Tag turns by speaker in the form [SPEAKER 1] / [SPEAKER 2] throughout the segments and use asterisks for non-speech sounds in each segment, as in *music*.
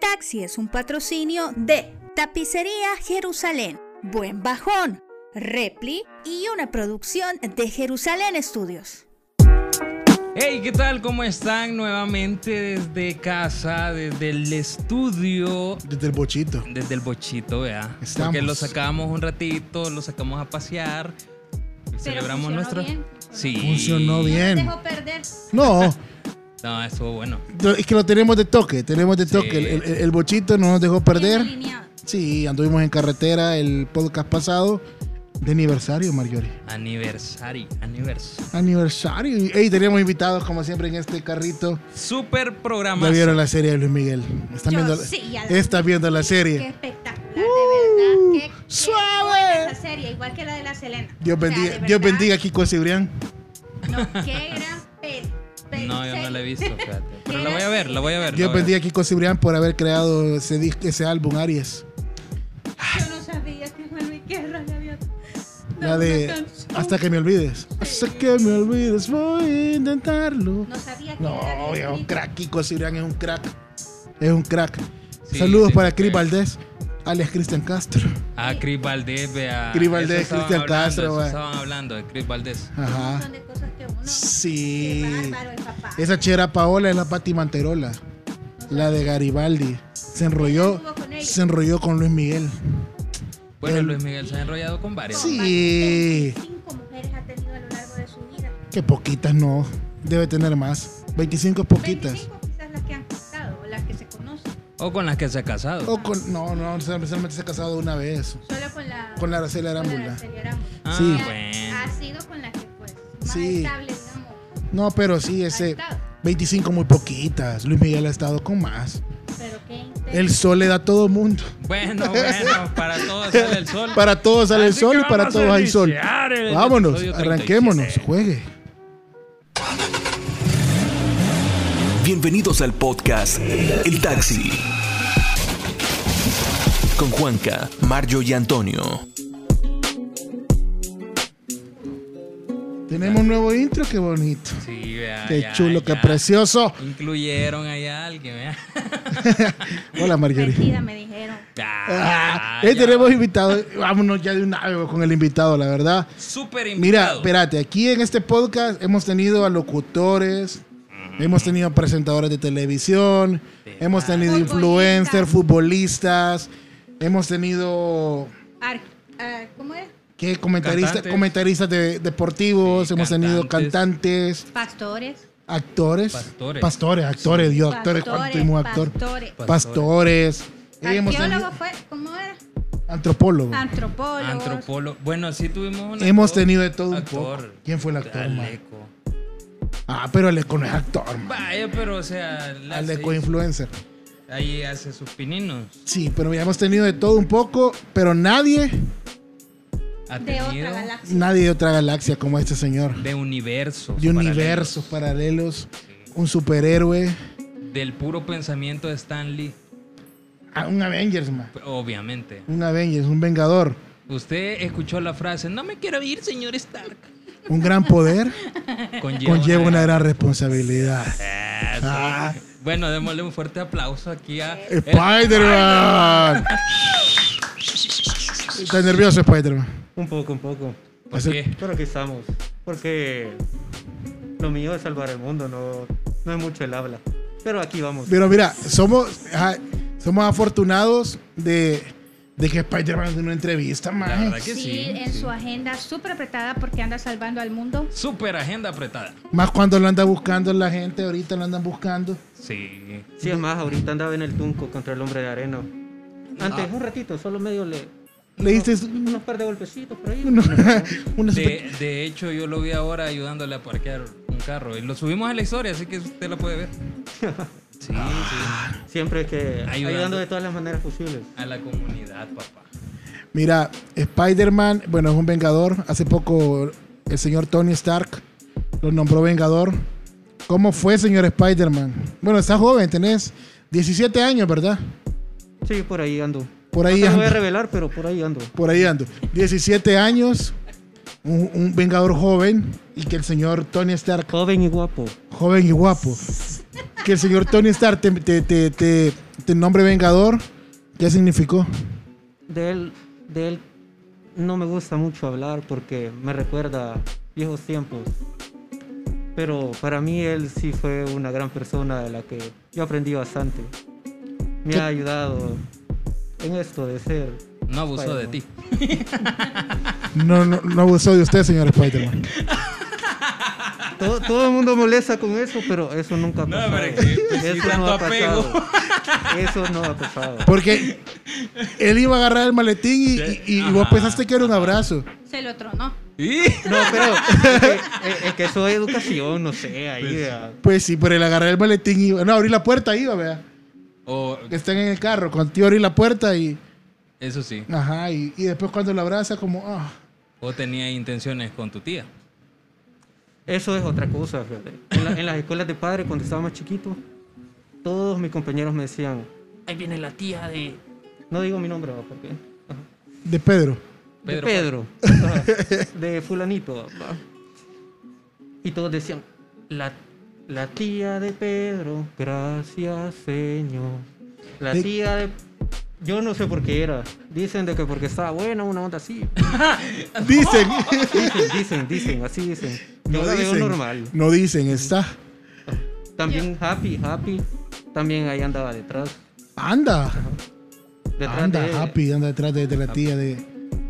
[SPEAKER 1] Taxi es un patrocinio de Tapicería Jerusalén, Buen Bajón, Repli y una producción de Jerusalén Estudios.
[SPEAKER 2] Hey, ¿qué tal? ¿Cómo están? Nuevamente desde casa, desde el estudio,
[SPEAKER 3] Desde el bochito.
[SPEAKER 2] desde el bochito, vea.
[SPEAKER 3] Estamos.
[SPEAKER 2] Porque lo sacamos un ratito, lo sacamos a pasear. celebramos
[SPEAKER 4] funcionó
[SPEAKER 2] nuestro.
[SPEAKER 4] bien.
[SPEAKER 2] Sí.
[SPEAKER 3] Funcionó bien.
[SPEAKER 4] Dejo perder.
[SPEAKER 3] No,
[SPEAKER 2] No, estuvo bueno.
[SPEAKER 3] no, es que lo tenemos de toque, tenemos de toque. El, el- el bochito no nos dejó perder.
[SPEAKER 4] Bien alineado.
[SPEAKER 3] Sí, anduvimos en carretera el podcast pasado de aniversario, Marjorie.
[SPEAKER 2] Aniversario, aniversario.
[SPEAKER 3] Aniversario. Y tenemos invitados, como siempre, en este carrito.
[SPEAKER 2] Super
[SPEAKER 3] ¿Ya
[SPEAKER 2] programa.
[SPEAKER 3] vieron la serie de Luis Miguel? ¿Están
[SPEAKER 4] Yo
[SPEAKER 3] viendo,
[SPEAKER 4] sí, ya la-
[SPEAKER 3] estás viendo la
[SPEAKER 4] Qué
[SPEAKER 3] serie?
[SPEAKER 4] espectacular,
[SPEAKER 3] Uh.
[SPEAKER 4] de verdad. Qué, qué
[SPEAKER 3] suave.
[SPEAKER 4] buena esa serie, igual que la de la Selena.
[SPEAKER 3] Dios
[SPEAKER 4] O sea,
[SPEAKER 3] bendiga,
[SPEAKER 4] de
[SPEAKER 3] Dios
[SPEAKER 4] verdad,
[SPEAKER 3] bendiga a Kiko Cibrián.
[SPEAKER 4] No, qué gran peli. peli-
[SPEAKER 2] No, yo no la he
[SPEAKER 4] serie. *laughs*
[SPEAKER 2] visto, fíjate. Pero la voy a ver, la voy a ver. la
[SPEAKER 3] Dios
[SPEAKER 2] voy a ver.
[SPEAKER 3] bendiga a Kiko Cibrián por haber creado ese, dis- ese álbum Aries.
[SPEAKER 4] Yo no sabía que Juan Luis Guerra le había.
[SPEAKER 3] La
[SPEAKER 4] dado una
[SPEAKER 3] de
[SPEAKER 4] canción.
[SPEAKER 3] Hasta que me olvides. Hasta que me olvides, voy a intentarlo.
[SPEAKER 4] No sabía que
[SPEAKER 3] No,
[SPEAKER 4] era de
[SPEAKER 3] es un
[SPEAKER 4] Luis.
[SPEAKER 3] crack, Kiko Cibrián es un crack. Es un crack.
[SPEAKER 2] Sí,
[SPEAKER 3] Saludos
[SPEAKER 2] sí,
[SPEAKER 3] para
[SPEAKER 2] sí.
[SPEAKER 3] Cris Valdés, alias Cristian Castro.
[SPEAKER 2] Ah, Cris Valdés, vea.
[SPEAKER 3] Cris Valdés,
[SPEAKER 2] Eso estaban
[SPEAKER 3] Cristian
[SPEAKER 2] hablando,
[SPEAKER 3] Castro,
[SPEAKER 2] eso
[SPEAKER 3] vea.
[SPEAKER 2] Estaban hablando de Cris Valdés.
[SPEAKER 4] Un
[SPEAKER 3] Ajá.
[SPEAKER 4] montón de cosas que uno.
[SPEAKER 3] Sí.
[SPEAKER 4] Qué bárbaro, el papá.
[SPEAKER 3] Esa chera Paola es la Pati Manterola, la de Garibaldi. Se enrolló,
[SPEAKER 4] Estuvo con ella.
[SPEAKER 3] se enrolló con Luis Miguel.
[SPEAKER 2] Bueno,
[SPEAKER 3] El-
[SPEAKER 2] Luis Miguel se ha enrollado con varios.
[SPEAKER 3] Sí.
[SPEAKER 4] Cinco mujeres ha tenido a lo largo de su vida.
[SPEAKER 3] Que poquitas no, debe tener más. 25 es poquitas.
[SPEAKER 4] 25 quizás las que han cantado o las que se conocen.
[SPEAKER 2] O con las que se ha casado.
[SPEAKER 3] O con, no, no, solamente se ha casado una vez.
[SPEAKER 4] Solo con la.
[SPEAKER 3] Con la Araceli
[SPEAKER 4] con la
[SPEAKER 3] Arámbula.
[SPEAKER 4] Araceli Arámbula.
[SPEAKER 2] Ah,
[SPEAKER 3] Sí. *laughs*
[SPEAKER 2] bueno.
[SPEAKER 4] Ha sido con la que, pues, más
[SPEAKER 3] Sí.
[SPEAKER 4] estable, digamos.
[SPEAKER 3] No, pero sí,
[SPEAKER 4] ha
[SPEAKER 3] ese
[SPEAKER 4] estado.
[SPEAKER 3] 25 muy poquitas. Luis Miguel ha estado con más.
[SPEAKER 4] Pero qué intenso.
[SPEAKER 3] El sol le da a todo mundo.
[SPEAKER 2] Bueno, bueno, para todos sale el sol.
[SPEAKER 3] Para todos sale el
[SPEAKER 2] Así
[SPEAKER 3] sol
[SPEAKER 2] que
[SPEAKER 3] y para
[SPEAKER 2] vamos a
[SPEAKER 3] todos hay sol.
[SPEAKER 2] iniciar el
[SPEAKER 3] Vámonos,
[SPEAKER 2] episodio 37.
[SPEAKER 3] arranquémonos, juegue.
[SPEAKER 5] Bienvenidos al podcast El Taxi. Con Juanca, Mario y Antonio.
[SPEAKER 3] Tenemos un nuevo intro, qué bonito.
[SPEAKER 2] Sí, vea.
[SPEAKER 3] Qué
[SPEAKER 2] ya,
[SPEAKER 3] chulo, qué
[SPEAKER 2] ya.
[SPEAKER 3] precioso.
[SPEAKER 2] Incluyeron ahí a alguien, vea.
[SPEAKER 3] *laughs* Hola, Marjorie.
[SPEAKER 4] Vestida, me dijeron.
[SPEAKER 2] Ah,
[SPEAKER 3] Ah, eh,
[SPEAKER 2] ya
[SPEAKER 3] tenemos
[SPEAKER 2] va.
[SPEAKER 3] invitado. Vámonos ya de una vez con el invitado, la verdad.
[SPEAKER 2] Súper
[SPEAKER 3] Mira,
[SPEAKER 2] invitado.
[SPEAKER 3] espérate, aquí en este podcast hemos tenido a locutores, hemos tenido presentadores de televisión, hemos tenido
[SPEAKER 4] Futbolistas.
[SPEAKER 3] influencers, futbolistas, hemos tenido
[SPEAKER 4] Ar- ah, ¿Cómo es?
[SPEAKER 3] ¿qué? Comentarista-
[SPEAKER 2] Cantantes.
[SPEAKER 3] comentaristas de, deportivos,
[SPEAKER 2] Sí,
[SPEAKER 3] hemos tenido
[SPEAKER 2] cantantes.
[SPEAKER 3] cantantes,
[SPEAKER 4] Pastores.
[SPEAKER 3] actores,
[SPEAKER 2] Pastores.
[SPEAKER 3] pastores, actores, yo actores,
[SPEAKER 4] Pastores,
[SPEAKER 3] cuánto hemos actor,
[SPEAKER 4] pastores.
[SPEAKER 3] pastores, Eh, hemos
[SPEAKER 4] Arqueólogo
[SPEAKER 3] tenido
[SPEAKER 4] fue. ¿Cómo era?
[SPEAKER 3] antropólogo.
[SPEAKER 4] Ah. Antropólogo.
[SPEAKER 2] Antropólogo. Bueno, sí tuvimos un
[SPEAKER 3] Hemos
[SPEAKER 2] actor-
[SPEAKER 3] tenido de todo un
[SPEAKER 2] actor.
[SPEAKER 3] poco. ¿Quién fue el actor,
[SPEAKER 2] Al
[SPEAKER 3] ma?
[SPEAKER 2] Leco.
[SPEAKER 3] Ah, pero Aleco no es actor, man.
[SPEAKER 2] Vaya, pero o sea, la-
[SPEAKER 3] Aleco es influencer.
[SPEAKER 2] ahí hace sus pininos.
[SPEAKER 3] Sí, pero ya hemos tenido de todo un poco, pero nadie,
[SPEAKER 2] Ha
[SPEAKER 4] De otra
[SPEAKER 2] tenido
[SPEAKER 4] galaxia.
[SPEAKER 3] nadie de otra galaxia como este señor.
[SPEAKER 2] de universos.
[SPEAKER 3] De universos paralelos, un superhéroe,
[SPEAKER 2] paralelos. Del puro pensamiento de Stan Lee,
[SPEAKER 3] ah, un Avengers, man.
[SPEAKER 2] obviamente.
[SPEAKER 3] Un Avengers, un Vengador,
[SPEAKER 2] Usted escuchó la frase, no me quiero ir, señor Stark.
[SPEAKER 3] un
[SPEAKER 2] *laughs*
[SPEAKER 3] gran poder
[SPEAKER 2] Conlleva,
[SPEAKER 3] conlleva una gran responsabilidad.
[SPEAKER 2] Ah, sí.
[SPEAKER 3] Ah.
[SPEAKER 2] Bueno, démosle un fuerte aplauso aquí a...
[SPEAKER 3] Spider-Man. Está nervioso Spider-Man.
[SPEAKER 6] Un poco, un poco.
[SPEAKER 2] ¿Por
[SPEAKER 3] Hace-
[SPEAKER 2] qué?
[SPEAKER 6] Pero aquí estamos. Porque lo mío es salvar el mundo, no, no es mucho el habla. Pero aquí vamos.
[SPEAKER 3] Pero mira, somos, ajá, somos afortunados de, de que Spider-Man de una entrevista,
[SPEAKER 2] La
[SPEAKER 3] man.
[SPEAKER 2] verdad que
[SPEAKER 4] Sí,
[SPEAKER 2] sí.
[SPEAKER 4] en
[SPEAKER 2] sí.
[SPEAKER 4] su agenda súper apretada porque anda salvando al mundo.
[SPEAKER 2] Super agenda apretada.
[SPEAKER 3] Más cuando lo anda buscando la gente, ahorita lo andan buscando.
[SPEAKER 2] Sí.
[SPEAKER 6] Sí, es más, ahorita andaba en el Tunco contra el hombre de arena. Antes, un ratito, solo medio le.
[SPEAKER 3] Le diste
[SPEAKER 6] Unos par de golpecitos por ahí.
[SPEAKER 3] uno- *laughs* una
[SPEAKER 2] De,
[SPEAKER 3] super-
[SPEAKER 2] de hecho, yo lo vi ahora ayudándole a parquear un carro. Y lo subimos a la historia, así que usted lo puede ver. Sí, sí.
[SPEAKER 6] *laughs* Siempre que.
[SPEAKER 2] Ayudando.
[SPEAKER 6] Ayudando. de todas las maneras posibles.
[SPEAKER 2] A la comunidad, papá.
[SPEAKER 3] Mira, Spider-Man, bueno, es un vengador. Hace poco el señor Tony Stark lo nombró vengador. ¿Cómo fue, señor Spider-Man? Bueno, está joven, tenés 17 años, ¿verdad?
[SPEAKER 6] Sí, por ahí ando.
[SPEAKER 3] Por ahí
[SPEAKER 6] No te lo voy a
[SPEAKER 3] ando.
[SPEAKER 6] revelar, pero por ahí ando.
[SPEAKER 3] Por ahí ando. 17 años, un, un vengador joven y que el señor Tony Stark,
[SPEAKER 6] Joven y guapo.
[SPEAKER 3] joven y guapo. que el señor Tony Stark te, te, te, te- te nombre Vengador, ¿qué significó?
[SPEAKER 6] De él, de él no me gusta mucho hablar porque me recuerda viejos tiempos. Pero para mí él sí fue una gran persona de la que yo aprendí bastante. Me
[SPEAKER 3] ¿Qué-
[SPEAKER 6] ha ayudado en esto de ser.
[SPEAKER 2] No abusó de
[SPEAKER 6] Spider-Man.
[SPEAKER 2] ti.
[SPEAKER 3] No, no, no abusó de usted, señor Spider-Man.
[SPEAKER 6] Todo, todo el mundo molesta con eso, pero eso nunca ha
[SPEAKER 2] No,
[SPEAKER 6] pasado.
[SPEAKER 2] pero es que, pues, sí,
[SPEAKER 6] eso no
[SPEAKER 2] tanto
[SPEAKER 6] ha pasado.
[SPEAKER 2] apego.
[SPEAKER 6] Eso no ha pasado.
[SPEAKER 3] Porque él iba a agarrar el maletín y, y- y vos
[SPEAKER 2] Ajá.
[SPEAKER 3] pensaste que era un abrazo.
[SPEAKER 4] Se lo tronó.
[SPEAKER 2] Y
[SPEAKER 6] No, pero es que, es- es que eso es educación, no sé, ahí. ah,
[SPEAKER 3] Pues sí, pero el agarrar el maletín iba. No, abrí la puerta iba, vea.
[SPEAKER 2] O,
[SPEAKER 3] Que están en el carro. Cuando tío abrí la puerta y.
[SPEAKER 2] eso sí.
[SPEAKER 3] Ajá, y, y después cuando la abraza, como. ah.
[SPEAKER 2] O tenía intenciones con tu tía.
[SPEAKER 6] Eso es otra cosa, fíjate. En, la- en las escuelas de padre, cuando estaba más chiquito, todos mis compañeros me decían, ahí viene la tía de... No digo mi nombre, ¿va? porque... ajá,
[SPEAKER 3] De Pedro.
[SPEAKER 6] de
[SPEAKER 2] Pedro.
[SPEAKER 6] Pedro. ajá, *laughs* de fulanito. ¿va? Y todos decían, la, la tía de Pedro, gracias Señor. La
[SPEAKER 3] De-
[SPEAKER 6] tía de... Yo no sé por qué era. Dicen de que porque estaba buena, una onda así.
[SPEAKER 3] Dicen.
[SPEAKER 6] Dicen, dicen, dicen, así dicen. *laughs* Yo la veo normal.
[SPEAKER 3] No dicen, está.
[SPEAKER 6] También Happy, Happy. También ahí andaba detrás.
[SPEAKER 3] Anda.
[SPEAKER 6] Detrás
[SPEAKER 3] anda,
[SPEAKER 6] de,
[SPEAKER 3] Happy, anda detrás de, de la tía de.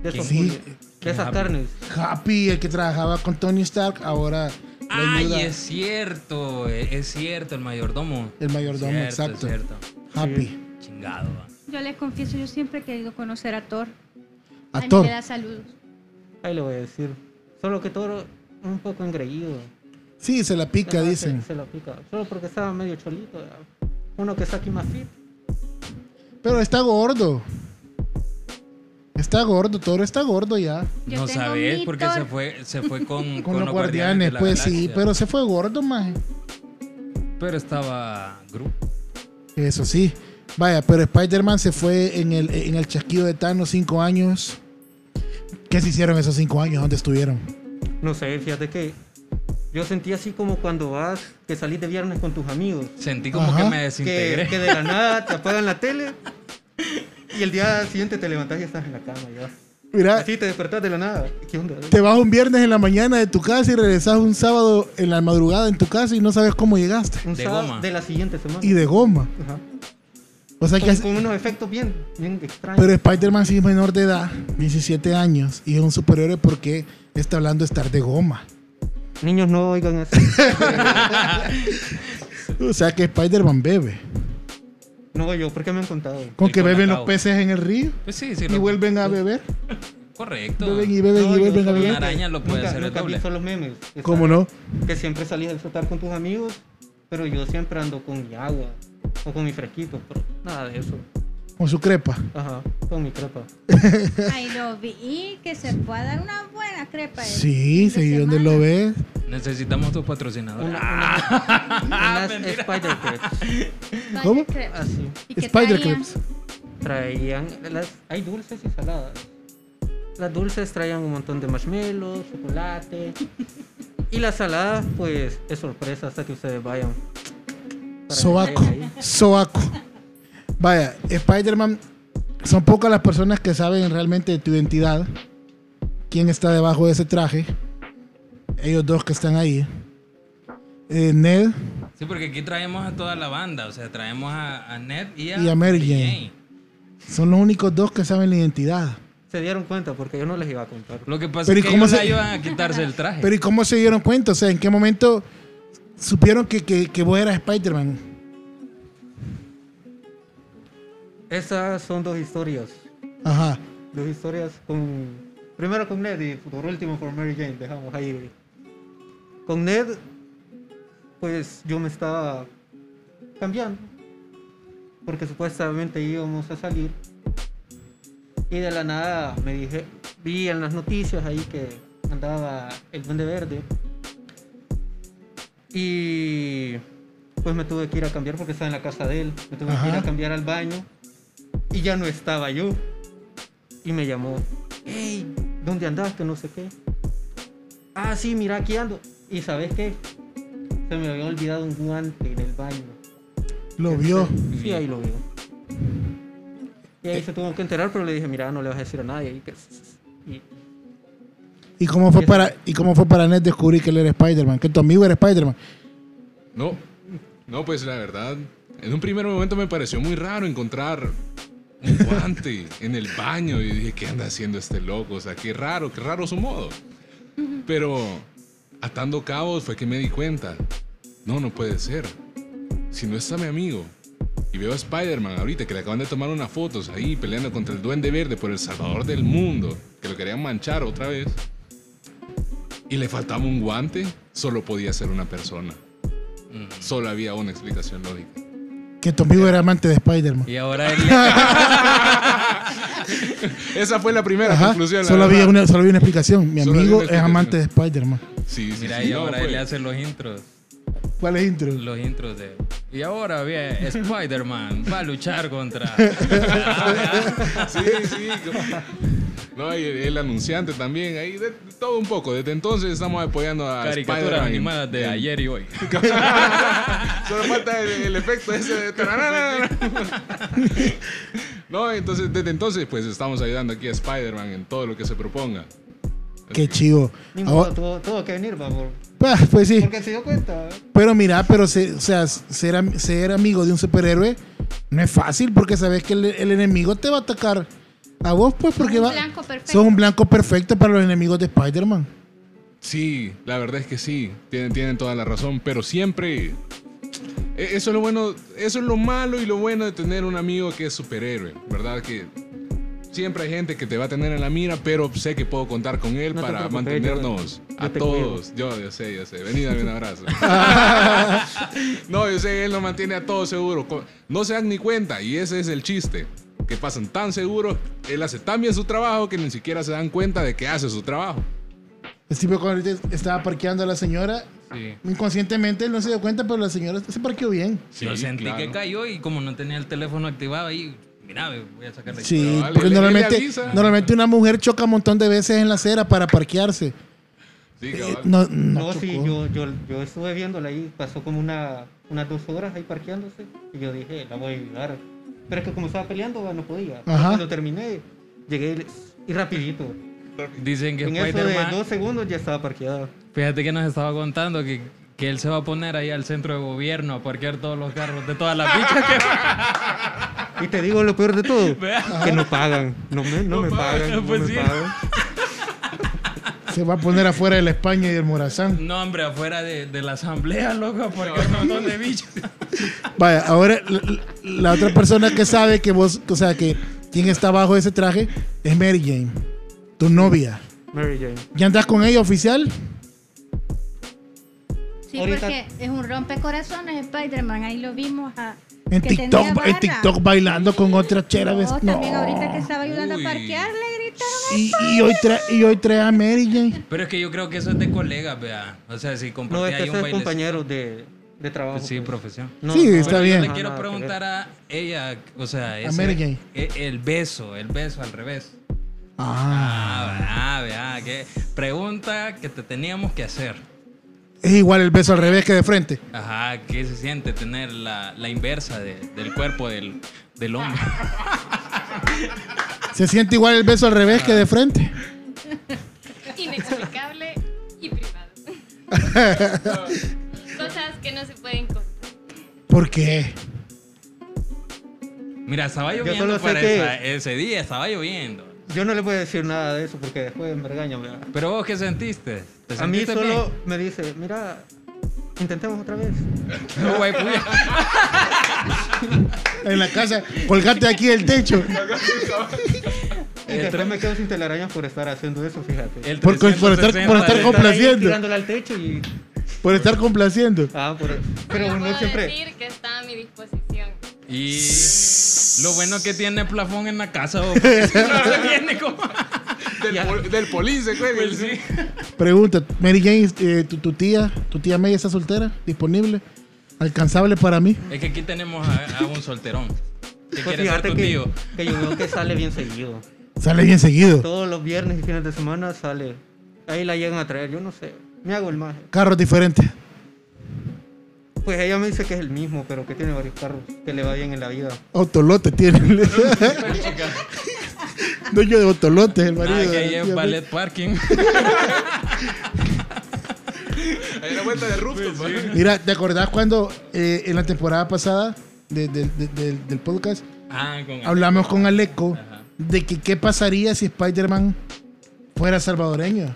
[SPEAKER 6] de esos
[SPEAKER 3] Sí.
[SPEAKER 6] judíos, de esas
[SPEAKER 2] Happy?
[SPEAKER 6] carnes.
[SPEAKER 3] Happy, el que trabajaba con Tony Stark, ahora le
[SPEAKER 2] Ay,
[SPEAKER 3] ayuda
[SPEAKER 2] es cierto, e- es cierto, el mayordomo.
[SPEAKER 3] el mayordomo,
[SPEAKER 2] Cierto,
[SPEAKER 3] exacto.
[SPEAKER 2] cierto.
[SPEAKER 3] Happy.
[SPEAKER 2] Chingado. va.
[SPEAKER 4] Yo les confieso, yo siempre he querido conocer a Thor. A mí
[SPEAKER 3] Actor.
[SPEAKER 4] me da saludos.
[SPEAKER 6] Ahí le voy a decir. Solo que todo un poco engreído.
[SPEAKER 3] Sí, se la pica,
[SPEAKER 6] Ajá, se-
[SPEAKER 3] dicen.
[SPEAKER 6] Se, lo pica. Solo porque estaba medio cholito. ya. Uno que está aquí más fit.
[SPEAKER 3] Pero está gordo. Está gordo, Toro está gordo ya.
[SPEAKER 4] Yo
[SPEAKER 2] no
[SPEAKER 4] tengo
[SPEAKER 2] sabes
[SPEAKER 4] mi
[SPEAKER 2] porque se
[SPEAKER 4] Thor.
[SPEAKER 2] fue, se
[SPEAKER 3] *laughs*
[SPEAKER 2] fue con,
[SPEAKER 3] Con, los guardianes,
[SPEAKER 2] de la
[SPEAKER 3] pues sí,
[SPEAKER 2] Galaxia.
[SPEAKER 3] pero se fue gordo, más.
[SPEAKER 2] Pero estaba Gru.
[SPEAKER 3] Eso sí. Vaya, pero Spider-Man se fue en el, en el chasquido de Thanos cinco años. ¿Qué se hicieron esos cinco años? ¿Dónde estuvieron?
[SPEAKER 6] No sé, fíjate que yo sentí así como cuando vas, que salís de viernes con tus amigos.
[SPEAKER 2] Sentí como
[SPEAKER 3] Ajá.
[SPEAKER 2] que me
[SPEAKER 6] Que,
[SPEAKER 2] desintegré.
[SPEAKER 6] que de
[SPEAKER 3] *laughs*
[SPEAKER 6] la nada te apagan la tele. Y el día siguiente te levantás y estás en la cama ya.
[SPEAKER 3] Mira,
[SPEAKER 6] Así te despertás de la nada. ¿Qué onda?
[SPEAKER 3] te vas un viernes en la mañana de tu casa y regresas un sábado en la madrugada en tu casa y no sabes cómo llegaste.
[SPEAKER 6] Un
[SPEAKER 2] De
[SPEAKER 6] sábado
[SPEAKER 2] goma.
[SPEAKER 6] de la siguiente semana.
[SPEAKER 3] Y de goma.
[SPEAKER 6] Ajá.
[SPEAKER 3] O sea que
[SPEAKER 6] Con,
[SPEAKER 3] hace-
[SPEAKER 6] con unos efectos bien, bien extraños.
[SPEAKER 3] Pero Spider-Man sí es menor de edad, 17 años, y es un superhéroe porque está hablando de estar de goma.
[SPEAKER 6] Niños no oigan
[SPEAKER 3] *laughs*
[SPEAKER 6] eso.
[SPEAKER 3] O sea que Spider-Man bebe.
[SPEAKER 6] No, yo, ¿por qué me han contado?
[SPEAKER 3] Con
[SPEAKER 2] Y
[SPEAKER 3] que
[SPEAKER 2] con
[SPEAKER 3] beben
[SPEAKER 2] la
[SPEAKER 3] los
[SPEAKER 2] cau.
[SPEAKER 3] peces en el río
[SPEAKER 2] Pues sí, sí.
[SPEAKER 3] y
[SPEAKER 2] lo-
[SPEAKER 3] vuelven a beber.
[SPEAKER 2] Correcto.
[SPEAKER 3] Beben y beben
[SPEAKER 6] No,
[SPEAKER 3] y
[SPEAKER 6] yo
[SPEAKER 3] vuelven a
[SPEAKER 6] soy-
[SPEAKER 2] Una
[SPEAKER 3] beber.
[SPEAKER 2] araña lo puede
[SPEAKER 6] nunca,
[SPEAKER 2] hacer el
[SPEAKER 6] nunca he
[SPEAKER 2] doble.
[SPEAKER 6] visto los memes. que
[SPEAKER 3] ¿Cómo
[SPEAKER 6] salen-
[SPEAKER 3] no?
[SPEAKER 6] Que siempre salís a disfrutar con tus amigos, pero yo siempre ando con mi agua o con mi fresquito, pero nada de eso.
[SPEAKER 3] Con su crepa.
[SPEAKER 6] Ajá, con mi crepa.
[SPEAKER 4] Ahí lo vi. Y que se pueda dar una buena crepa. el
[SPEAKER 3] Sí,
[SPEAKER 4] Pues, fin de
[SPEAKER 3] seguí donde
[SPEAKER 4] semana.
[SPEAKER 3] lo ves.
[SPEAKER 2] Necesitamos tus patrocinadores.
[SPEAKER 6] Una- *laughs*
[SPEAKER 2] Ah, *laughs*
[SPEAKER 6] Unas
[SPEAKER 2] mentira.
[SPEAKER 6] spider crepes.
[SPEAKER 4] Spider
[SPEAKER 3] ¿Cómo?
[SPEAKER 4] crepes.
[SPEAKER 6] Así.
[SPEAKER 4] ¿Y qué
[SPEAKER 3] Spider
[SPEAKER 4] traían?
[SPEAKER 3] Crepes.
[SPEAKER 6] Traían. Las, hay dulces y saladas. Las dulces traían un montón de marshmallows, chocolate. Y las saladas, pues, es sorpresa hasta que ustedes vayan. Para que
[SPEAKER 3] Sobaco.
[SPEAKER 6] vayan ahí.
[SPEAKER 3] Sobaco. Vaya, Spider-Man, son pocas las personas que saben realmente de tu identidad. Quién está debajo de ese traje. Ellos dos que están ahí. Eh, Ned.
[SPEAKER 2] Ah, Sí, porque aquí traemos a toda la banda. O sea, traemos a, a Ned y a,
[SPEAKER 3] Y a Mary
[SPEAKER 2] Jane.
[SPEAKER 3] Jane. Son los únicos dos que saben la identidad.
[SPEAKER 6] Se dieron cuenta porque yo no les iba a contar.
[SPEAKER 2] Lo que pasa
[SPEAKER 3] Pero ¿y
[SPEAKER 2] es que
[SPEAKER 3] cómo
[SPEAKER 2] ellos la
[SPEAKER 3] se-
[SPEAKER 2] iban a quitarse el traje.
[SPEAKER 3] Pero ¿y cómo se dieron cuenta? O sea, ¿en qué momento supieron que, que, que vos eras Spider-Man?
[SPEAKER 6] Esas son dos historias.
[SPEAKER 3] Ajá.
[SPEAKER 6] Dos historias con. Primero con Ned y por último con Mary Jane. Dejamos ahí. Con Ned, pues yo me estaba cambiando. Porque supuestamente íbamos a salir. Y de la nada me dije. Vi en las noticias ahí que andaba el Duende Verde. Y. Pues me tuve que ir a cambiar porque estaba en la casa de él. Me tuve que ir
[SPEAKER 3] Ajá.
[SPEAKER 6] a cambiar al baño. Y ya no estaba yo. Y me llamó. Hey, ¿dónde andas? Que no sé qué. Ah, sí, mira, aquí ando. ¿Y sabes qué? Se me había olvidado un guante en el baño.
[SPEAKER 3] Lo vio.
[SPEAKER 6] Sí, ahí lo vio. Y ahí se tuvo que enterar, pero le dije, mira, no le vas a decir a nadie. Y, que- y-
[SPEAKER 3] ¿Y cómo fue para, y cómo fue para Ned descubrir que él era Spider-Man? Que tu amigo era Spider-Man.
[SPEAKER 7] No, no, pues la verdad, en un primer momento me pareció muy raro encontrar un guante en el baño y dije, ¿qué anda haciendo este loco? O sea, qué raro, qué raro su modo. Pero atando cabos fue que me di cuenta, no, no puede ser. Si no está mi amigo y veo a Spider-Man ahorita que le acaban de tomar unas fotos ahí peleando contra el duende verde por el salvador del mundo, que lo querían manchar otra vez, y le faltaba un guante, solo podía ser una persona. Solo había una explicación lógica.
[SPEAKER 3] Que tu amigo era amante de Spider-Man.
[SPEAKER 2] Y ahora él le-
[SPEAKER 7] Esa fue la primera
[SPEAKER 3] Ajá.
[SPEAKER 7] conclusión. la
[SPEAKER 3] Solo había,
[SPEAKER 7] verdad.
[SPEAKER 3] una, solo había una explicación. Mi
[SPEAKER 7] Solo había
[SPEAKER 3] amigo
[SPEAKER 7] una
[SPEAKER 3] es
[SPEAKER 7] explicación.
[SPEAKER 3] amante de Spider-Man.
[SPEAKER 7] Sí, sí,
[SPEAKER 2] mira,
[SPEAKER 7] sí,
[SPEAKER 2] y
[SPEAKER 7] no, pues.
[SPEAKER 2] ahora
[SPEAKER 7] fue-
[SPEAKER 2] él le hace los intros.
[SPEAKER 3] ¿Cuál es intro?
[SPEAKER 2] Los intros de. Y ahora bien, Spider-Man va a luchar
[SPEAKER 6] *laughs*
[SPEAKER 2] contra. Ah,
[SPEAKER 7] *laughs* Sí, sí. como- No, y el, el anunciante también, ahí de, de todo un poco. Desde entonces estamos apoyando a
[SPEAKER 2] Caricaturas
[SPEAKER 7] Spider-Man en-
[SPEAKER 2] animadas de
[SPEAKER 7] en-
[SPEAKER 2] ayer y hoy.
[SPEAKER 7] *laughs* Solo falta el, el efecto ese de tararara. *laughs* No, entonces desde entonces pues estamos ayudando aquí a Spider-Man en todo lo que se proponga.
[SPEAKER 3] Qué chido.
[SPEAKER 6] ni
[SPEAKER 3] Ahora-
[SPEAKER 6] modo, tuvo, tuvo que venir, va, por-
[SPEAKER 3] Ah, pues Ah, sí.
[SPEAKER 6] porque se dio cuenta.
[SPEAKER 3] Pero mira, pero se- o sea, ser, am- ser amigo de un superhéroe no es fácil porque sabes que el, el enemigo te va a atacar a vos, pues porque
[SPEAKER 4] un
[SPEAKER 3] va.
[SPEAKER 4] blanco perfecto.
[SPEAKER 3] Sos un blanco perfecto para los enemigos de Spider-Man.
[SPEAKER 7] Sí, la verdad es que sí, tienen, tienen toda la razón, pero siempre... e- Eso es lo bueno, eso es lo malo y lo bueno de tener un amigo que es superhéroe, ¿verdad? Que siempre hay gente que te va a tener en la mira, pero sé que puedo contar con él
[SPEAKER 6] No te
[SPEAKER 7] para
[SPEAKER 6] preocupes,
[SPEAKER 7] mantenernos
[SPEAKER 6] yo- yo
[SPEAKER 7] a
[SPEAKER 6] te
[SPEAKER 7] todos. Yo, yo sé, yo sé. Vení, dame
[SPEAKER 6] *laughs*
[SPEAKER 7] un abrazo. no, yo sé, él nos mantiene a todos seguros. Co- No se dan ni cuenta, y ese es el chiste. Que pasan tan seguros, él hace tan bien su trabajo que ni siquiera se dan cuenta de que hace su trabajo.
[SPEAKER 3] Es tipo cuando ahorita estaba parqueando a la señora,
[SPEAKER 2] Sí.
[SPEAKER 3] inconscientemente él no se dio cuenta, pero la señora se parqueó bien.
[SPEAKER 2] Yo sentí
[SPEAKER 7] claro.
[SPEAKER 2] que cayó y como no tenía el teléfono activado ahí, mira, voy a sacar la
[SPEAKER 3] Sí,
[SPEAKER 7] Pero vale,
[SPEAKER 3] porque
[SPEAKER 7] le- le
[SPEAKER 3] normalmente,
[SPEAKER 7] avisa.
[SPEAKER 3] normalmente una mujer choca un montón de veces en la acera para parquear-se.
[SPEAKER 7] Sí,
[SPEAKER 3] Eh,
[SPEAKER 7] cabal.
[SPEAKER 3] No, no,
[SPEAKER 6] No,
[SPEAKER 3] chocó.
[SPEAKER 6] sí, yo, yo, yo estuve viéndola ahí, pasó como una, unas dos horas ahí parqueándose y yo dije, la voy a ayudar. Pero es que como estaba peleando, va, no podía.
[SPEAKER 3] Ajá.
[SPEAKER 6] Cuando terminé, llegué y le- y rapidito.
[SPEAKER 2] Dicen que
[SPEAKER 6] En eso de
[SPEAKER 2] Spider-Man.
[SPEAKER 6] dos segundos ya estaba parqueada.
[SPEAKER 2] Fíjate que nos estaba contando que, que él se va a poner ahí al centro de gobierno a parquear todos los carros de todas
[SPEAKER 6] *laughs*
[SPEAKER 2] las bichas que
[SPEAKER 6] Y te digo lo peor de todo,
[SPEAKER 2] Vea.
[SPEAKER 6] que no pagan. No me, no me
[SPEAKER 2] pagan,
[SPEAKER 6] pagan, no
[SPEAKER 2] pues
[SPEAKER 6] me
[SPEAKER 2] sí.
[SPEAKER 6] pagan.
[SPEAKER 3] Se va a poner afuera de la España y del Morazán.
[SPEAKER 2] No, hombre, afuera de, de la asamblea, loco, porque un montón de
[SPEAKER 6] *laughs*
[SPEAKER 2] bichos.
[SPEAKER 3] Vaya, ahora la, la- la otra persona que sabe que vos, o sea, que quien está bajo ese traje es Mary Jane, tu novia.
[SPEAKER 6] Mary Jane.
[SPEAKER 3] ¿Ya andas con ella oficial?
[SPEAKER 4] Sí,
[SPEAKER 6] Ahorita-
[SPEAKER 4] porque es un rompecorazones Spider-Man. Ahí lo vimos a,
[SPEAKER 3] En
[SPEAKER 4] que
[SPEAKER 3] TikTok,
[SPEAKER 4] tenía
[SPEAKER 3] en
[SPEAKER 4] barra.
[SPEAKER 3] TikTok bailando con otra chera.
[SPEAKER 4] No,
[SPEAKER 3] ¿ves? No.
[SPEAKER 4] también ahorita que estaba ayudando
[SPEAKER 7] Uy.
[SPEAKER 4] a parquear le gritaron
[SPEAKER 3] Y, y hoy trae, y hoy trae a Mary Jane.
[SPEAKER 2] Pero es que yo creo que eso es de colegas, vea. O sea, si
[SPEAKER 6] No,
[SPEAKER 2] compartía
[SPEAKER 6] es que
[SPEAKER 2] ahí un
[SPEAKER 6] eso es
[SPEAKER 2] baile.
[SPEAKER 6] compañeros de, de trabajo.
[SPEAKER 2] Sí,
[SPEAKER 6] pues.
[SPEAKER 2] profesión.
[SPEAKER 6] No,
[SPEAKER 3] Sí,
[SPEAKER 6] no,
[SPEAKER 3] está
[SPEAKER 6] no,
[SPEAKER 3] bien.
[SPEAKER 2] Yo
[SPEAKER 6] nada
[SPEAKER 2] le quiero
[SPEAKER 6] que ver.
[SPEAKER 2] preguntar a ella, o sea, ese-
[SPEAKER 3] Mary Jane.
[SPEAKER 2] e- el beso, el beso al revés.
[SPEAKER 3] Ah,
[SPEAKER 2] Ah, vea, vea, qué pregunta que te teníamos que hacer.
[SPEAKER 3] es igual el beso al revés que de frente.
[SPEAKER 2] Ajá, ¿qué se siente tener la, la inversa de- del cuerpo del, del hombre?
[SPEAKER 3] Se siente igual el beso al revés que de frente.
[SPEAKER 8] Inexplicable y privado. Cosas que no se pueden contar.
[SPEAKER 3] ¿Por qué?
[SPEAKER 2] Mira, estaba lloviendo
[SPEAKER 6] solo sé
[SPEAKER 2] para
[SPEAKER 6] que-
[SPEAKER 2] esa- ese día, estaba lloviendo.
[SPEAKER 6] Yo no le voy a decir nada de eso porque después me regañan. ¿verdad?
[SPEAKER 2] Pero vos, ¿qué sentiste? ¿Te
[SPEAKER 6] A mí
[SPEAKER 2] sentiste
[SPEAKER 6] solo me dice, mira, intentemos otra vez. *laughs*
[SPEAKER 2] bien? No, güey, puya.
[SPEAKER 3] En la casa, colgate aquí del techo.
[SPEAKER 6] Y
[SPEAKER 2] El
[SPEAKER 6] después
[SPEAKER 2] tre-
[SPEAKER 6] me quedo sin telarañas por estar haciendo eso, fíjate.
[SPEAKER 2] El
[SPEAKER 3] Por- por estar- por estar
[SPEAKER 2] 360 de-
[SPEAKER 3] con-
[SPEAKER 6] Estar ahí
[SPEAKER 3] complaciendo.
[SPEAKER 6] tirándole al techo y...
[SPEAKER 3] Por estar complaciendo.
[SPEAKER 6] Ah, por- pero
[SPEAKER 8] no
[SPEAKER 6] uno
[SPEAKER 8] puedo
[SPEAKER 6] siempre...
[SPEAKER 8] decir que está a mi disposición.
[SPEAKER 2] Y lo bueno que tiene plafón en la casa, *laughs*
[SPEAKER 3] *laughs*
[SPEAKER 2] vos, porque si no se viene como...
[SPEAKER 7] Del, pol, del poli se cuelga.
[SPEAKER 2] Pues sí.
[SPEAKER 3] Pregunta, Mary Jane, eh, tu, tu tía, tu tía May está soltera, disponible, alcanzable para mí.
[SPEAKER 2] Es que aquí tenemos a, a un solterón. ¿Qué
[SPEAKER 6] Pues
[SPEAKER 2] quiere ser
[SPEAKER 6] fíjate
[SPEAKER 2] tu
[SPEAKER 6] que,
[SPEAKER 2] tío?
[SPEAKER 6] que yo veo que sale bien seguido.
[SPEAKER 3] Sale bien seguido.
[SPEAKER 6] Todos los viernes y fines de semana sale. Ahí la llegan a traer, yo no sé. Me hago el maje.
[SPEAKER 3] Carros diferentes.
[SPEAKER 6] Pues ella me dice que es el mismo, pero que tiene varios carros, que le va bien en la vida.
[SPEAKER 3] Autolote tiene. Dueño de autolote, el marido.
[SPEAKER 2] Nada, que ahí
[SPEAKER 3] del
[SPEAKER 2] es
[SPEAKER 3] tío
[SPEAKER 2] ballet
[SPEAKER 3] *laughs*
[SPEAKER 2] parking.
[SPEAKER 7] Hay una vuelta de rooftop, ¿vale?
[SPEAKER 3] Mira, ¿te acordás cuando eh, en la temporada pasada de- de- de- de- del podcast
[SPEAKER 2] Ah, con
[SPEAKER 3] hablamos con Aleco
[SPEAKER 2] Ajá.
[SPEAKER 3] de que qué pasaría si Spider-Man fuera salvadoreño?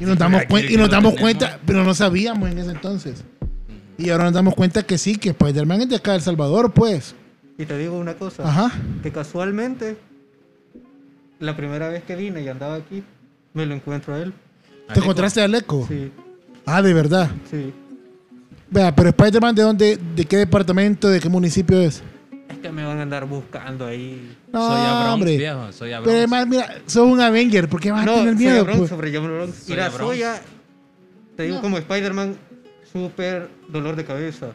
[SPEAKER 3] Y nos damos,
[SPEAKER 2] aquí
[SPEAKER 3] cuen- y
[SPEAKER 2] lo
[SPEAKER 3] nos damos
[SPEAKER 2] tenemos.
[SPEAKER 3] cuenta, pero no sabíamos en ese entonces. Y ahora nos damos cuenta que sí, que Spider-Man es de acá, de El Salvador, pues.
[SPEAKER 6] Y te digo una cosa,
[SPEAKER 3] Ajá.
[SPEAKER 6] que casualmente, la primera vez que vine y andaba aquí, me lo encuentro a él.
[SPEAKER 3] ¿Te encontraste a Aleco?
[SPEAKER 6] Sí,
[SPEAKER 3] Ah, de verdad.
[SPEAKER 6] sí.
[SPEAKER 3] Vea, pero Spider-Man, ¿de dónde, de qué departamento, de qué municipio es?
[SPEAKER 6] Es que me van a andar buscando ahí.
[SPEAKER 3] No,
[SPEAKER 2] soy Abrams,
[SPEAKER 3] hombre.
[SPEAKER 2] viejo. Soy
[SPEAKER 3] Pero
[SPEAKER 2] Abrams.
[SPEAKER 3] además, mira, sos un Avenger, ¿por qué vas a
[SPEAKER 6] No,
[SPEAKER 3] tener
[SPEAKER 6] soy
[SPEAKER 3] Ah, miedo?
[SPEAKER 6] a Bronx,
[SPEAKER 3] pues?
[SPEAKER 6] hombre, yo me lo Bronx.
[SPEAKER 2] Soy
[SPEAKER 6] Y la
[SPEAKER 2] a Bronx.
[SPEAKER 6] soya, te digo
[SPEAKER 4] No.
[SPEAKER 6] como Spider-Man, súper dolor de cabeza.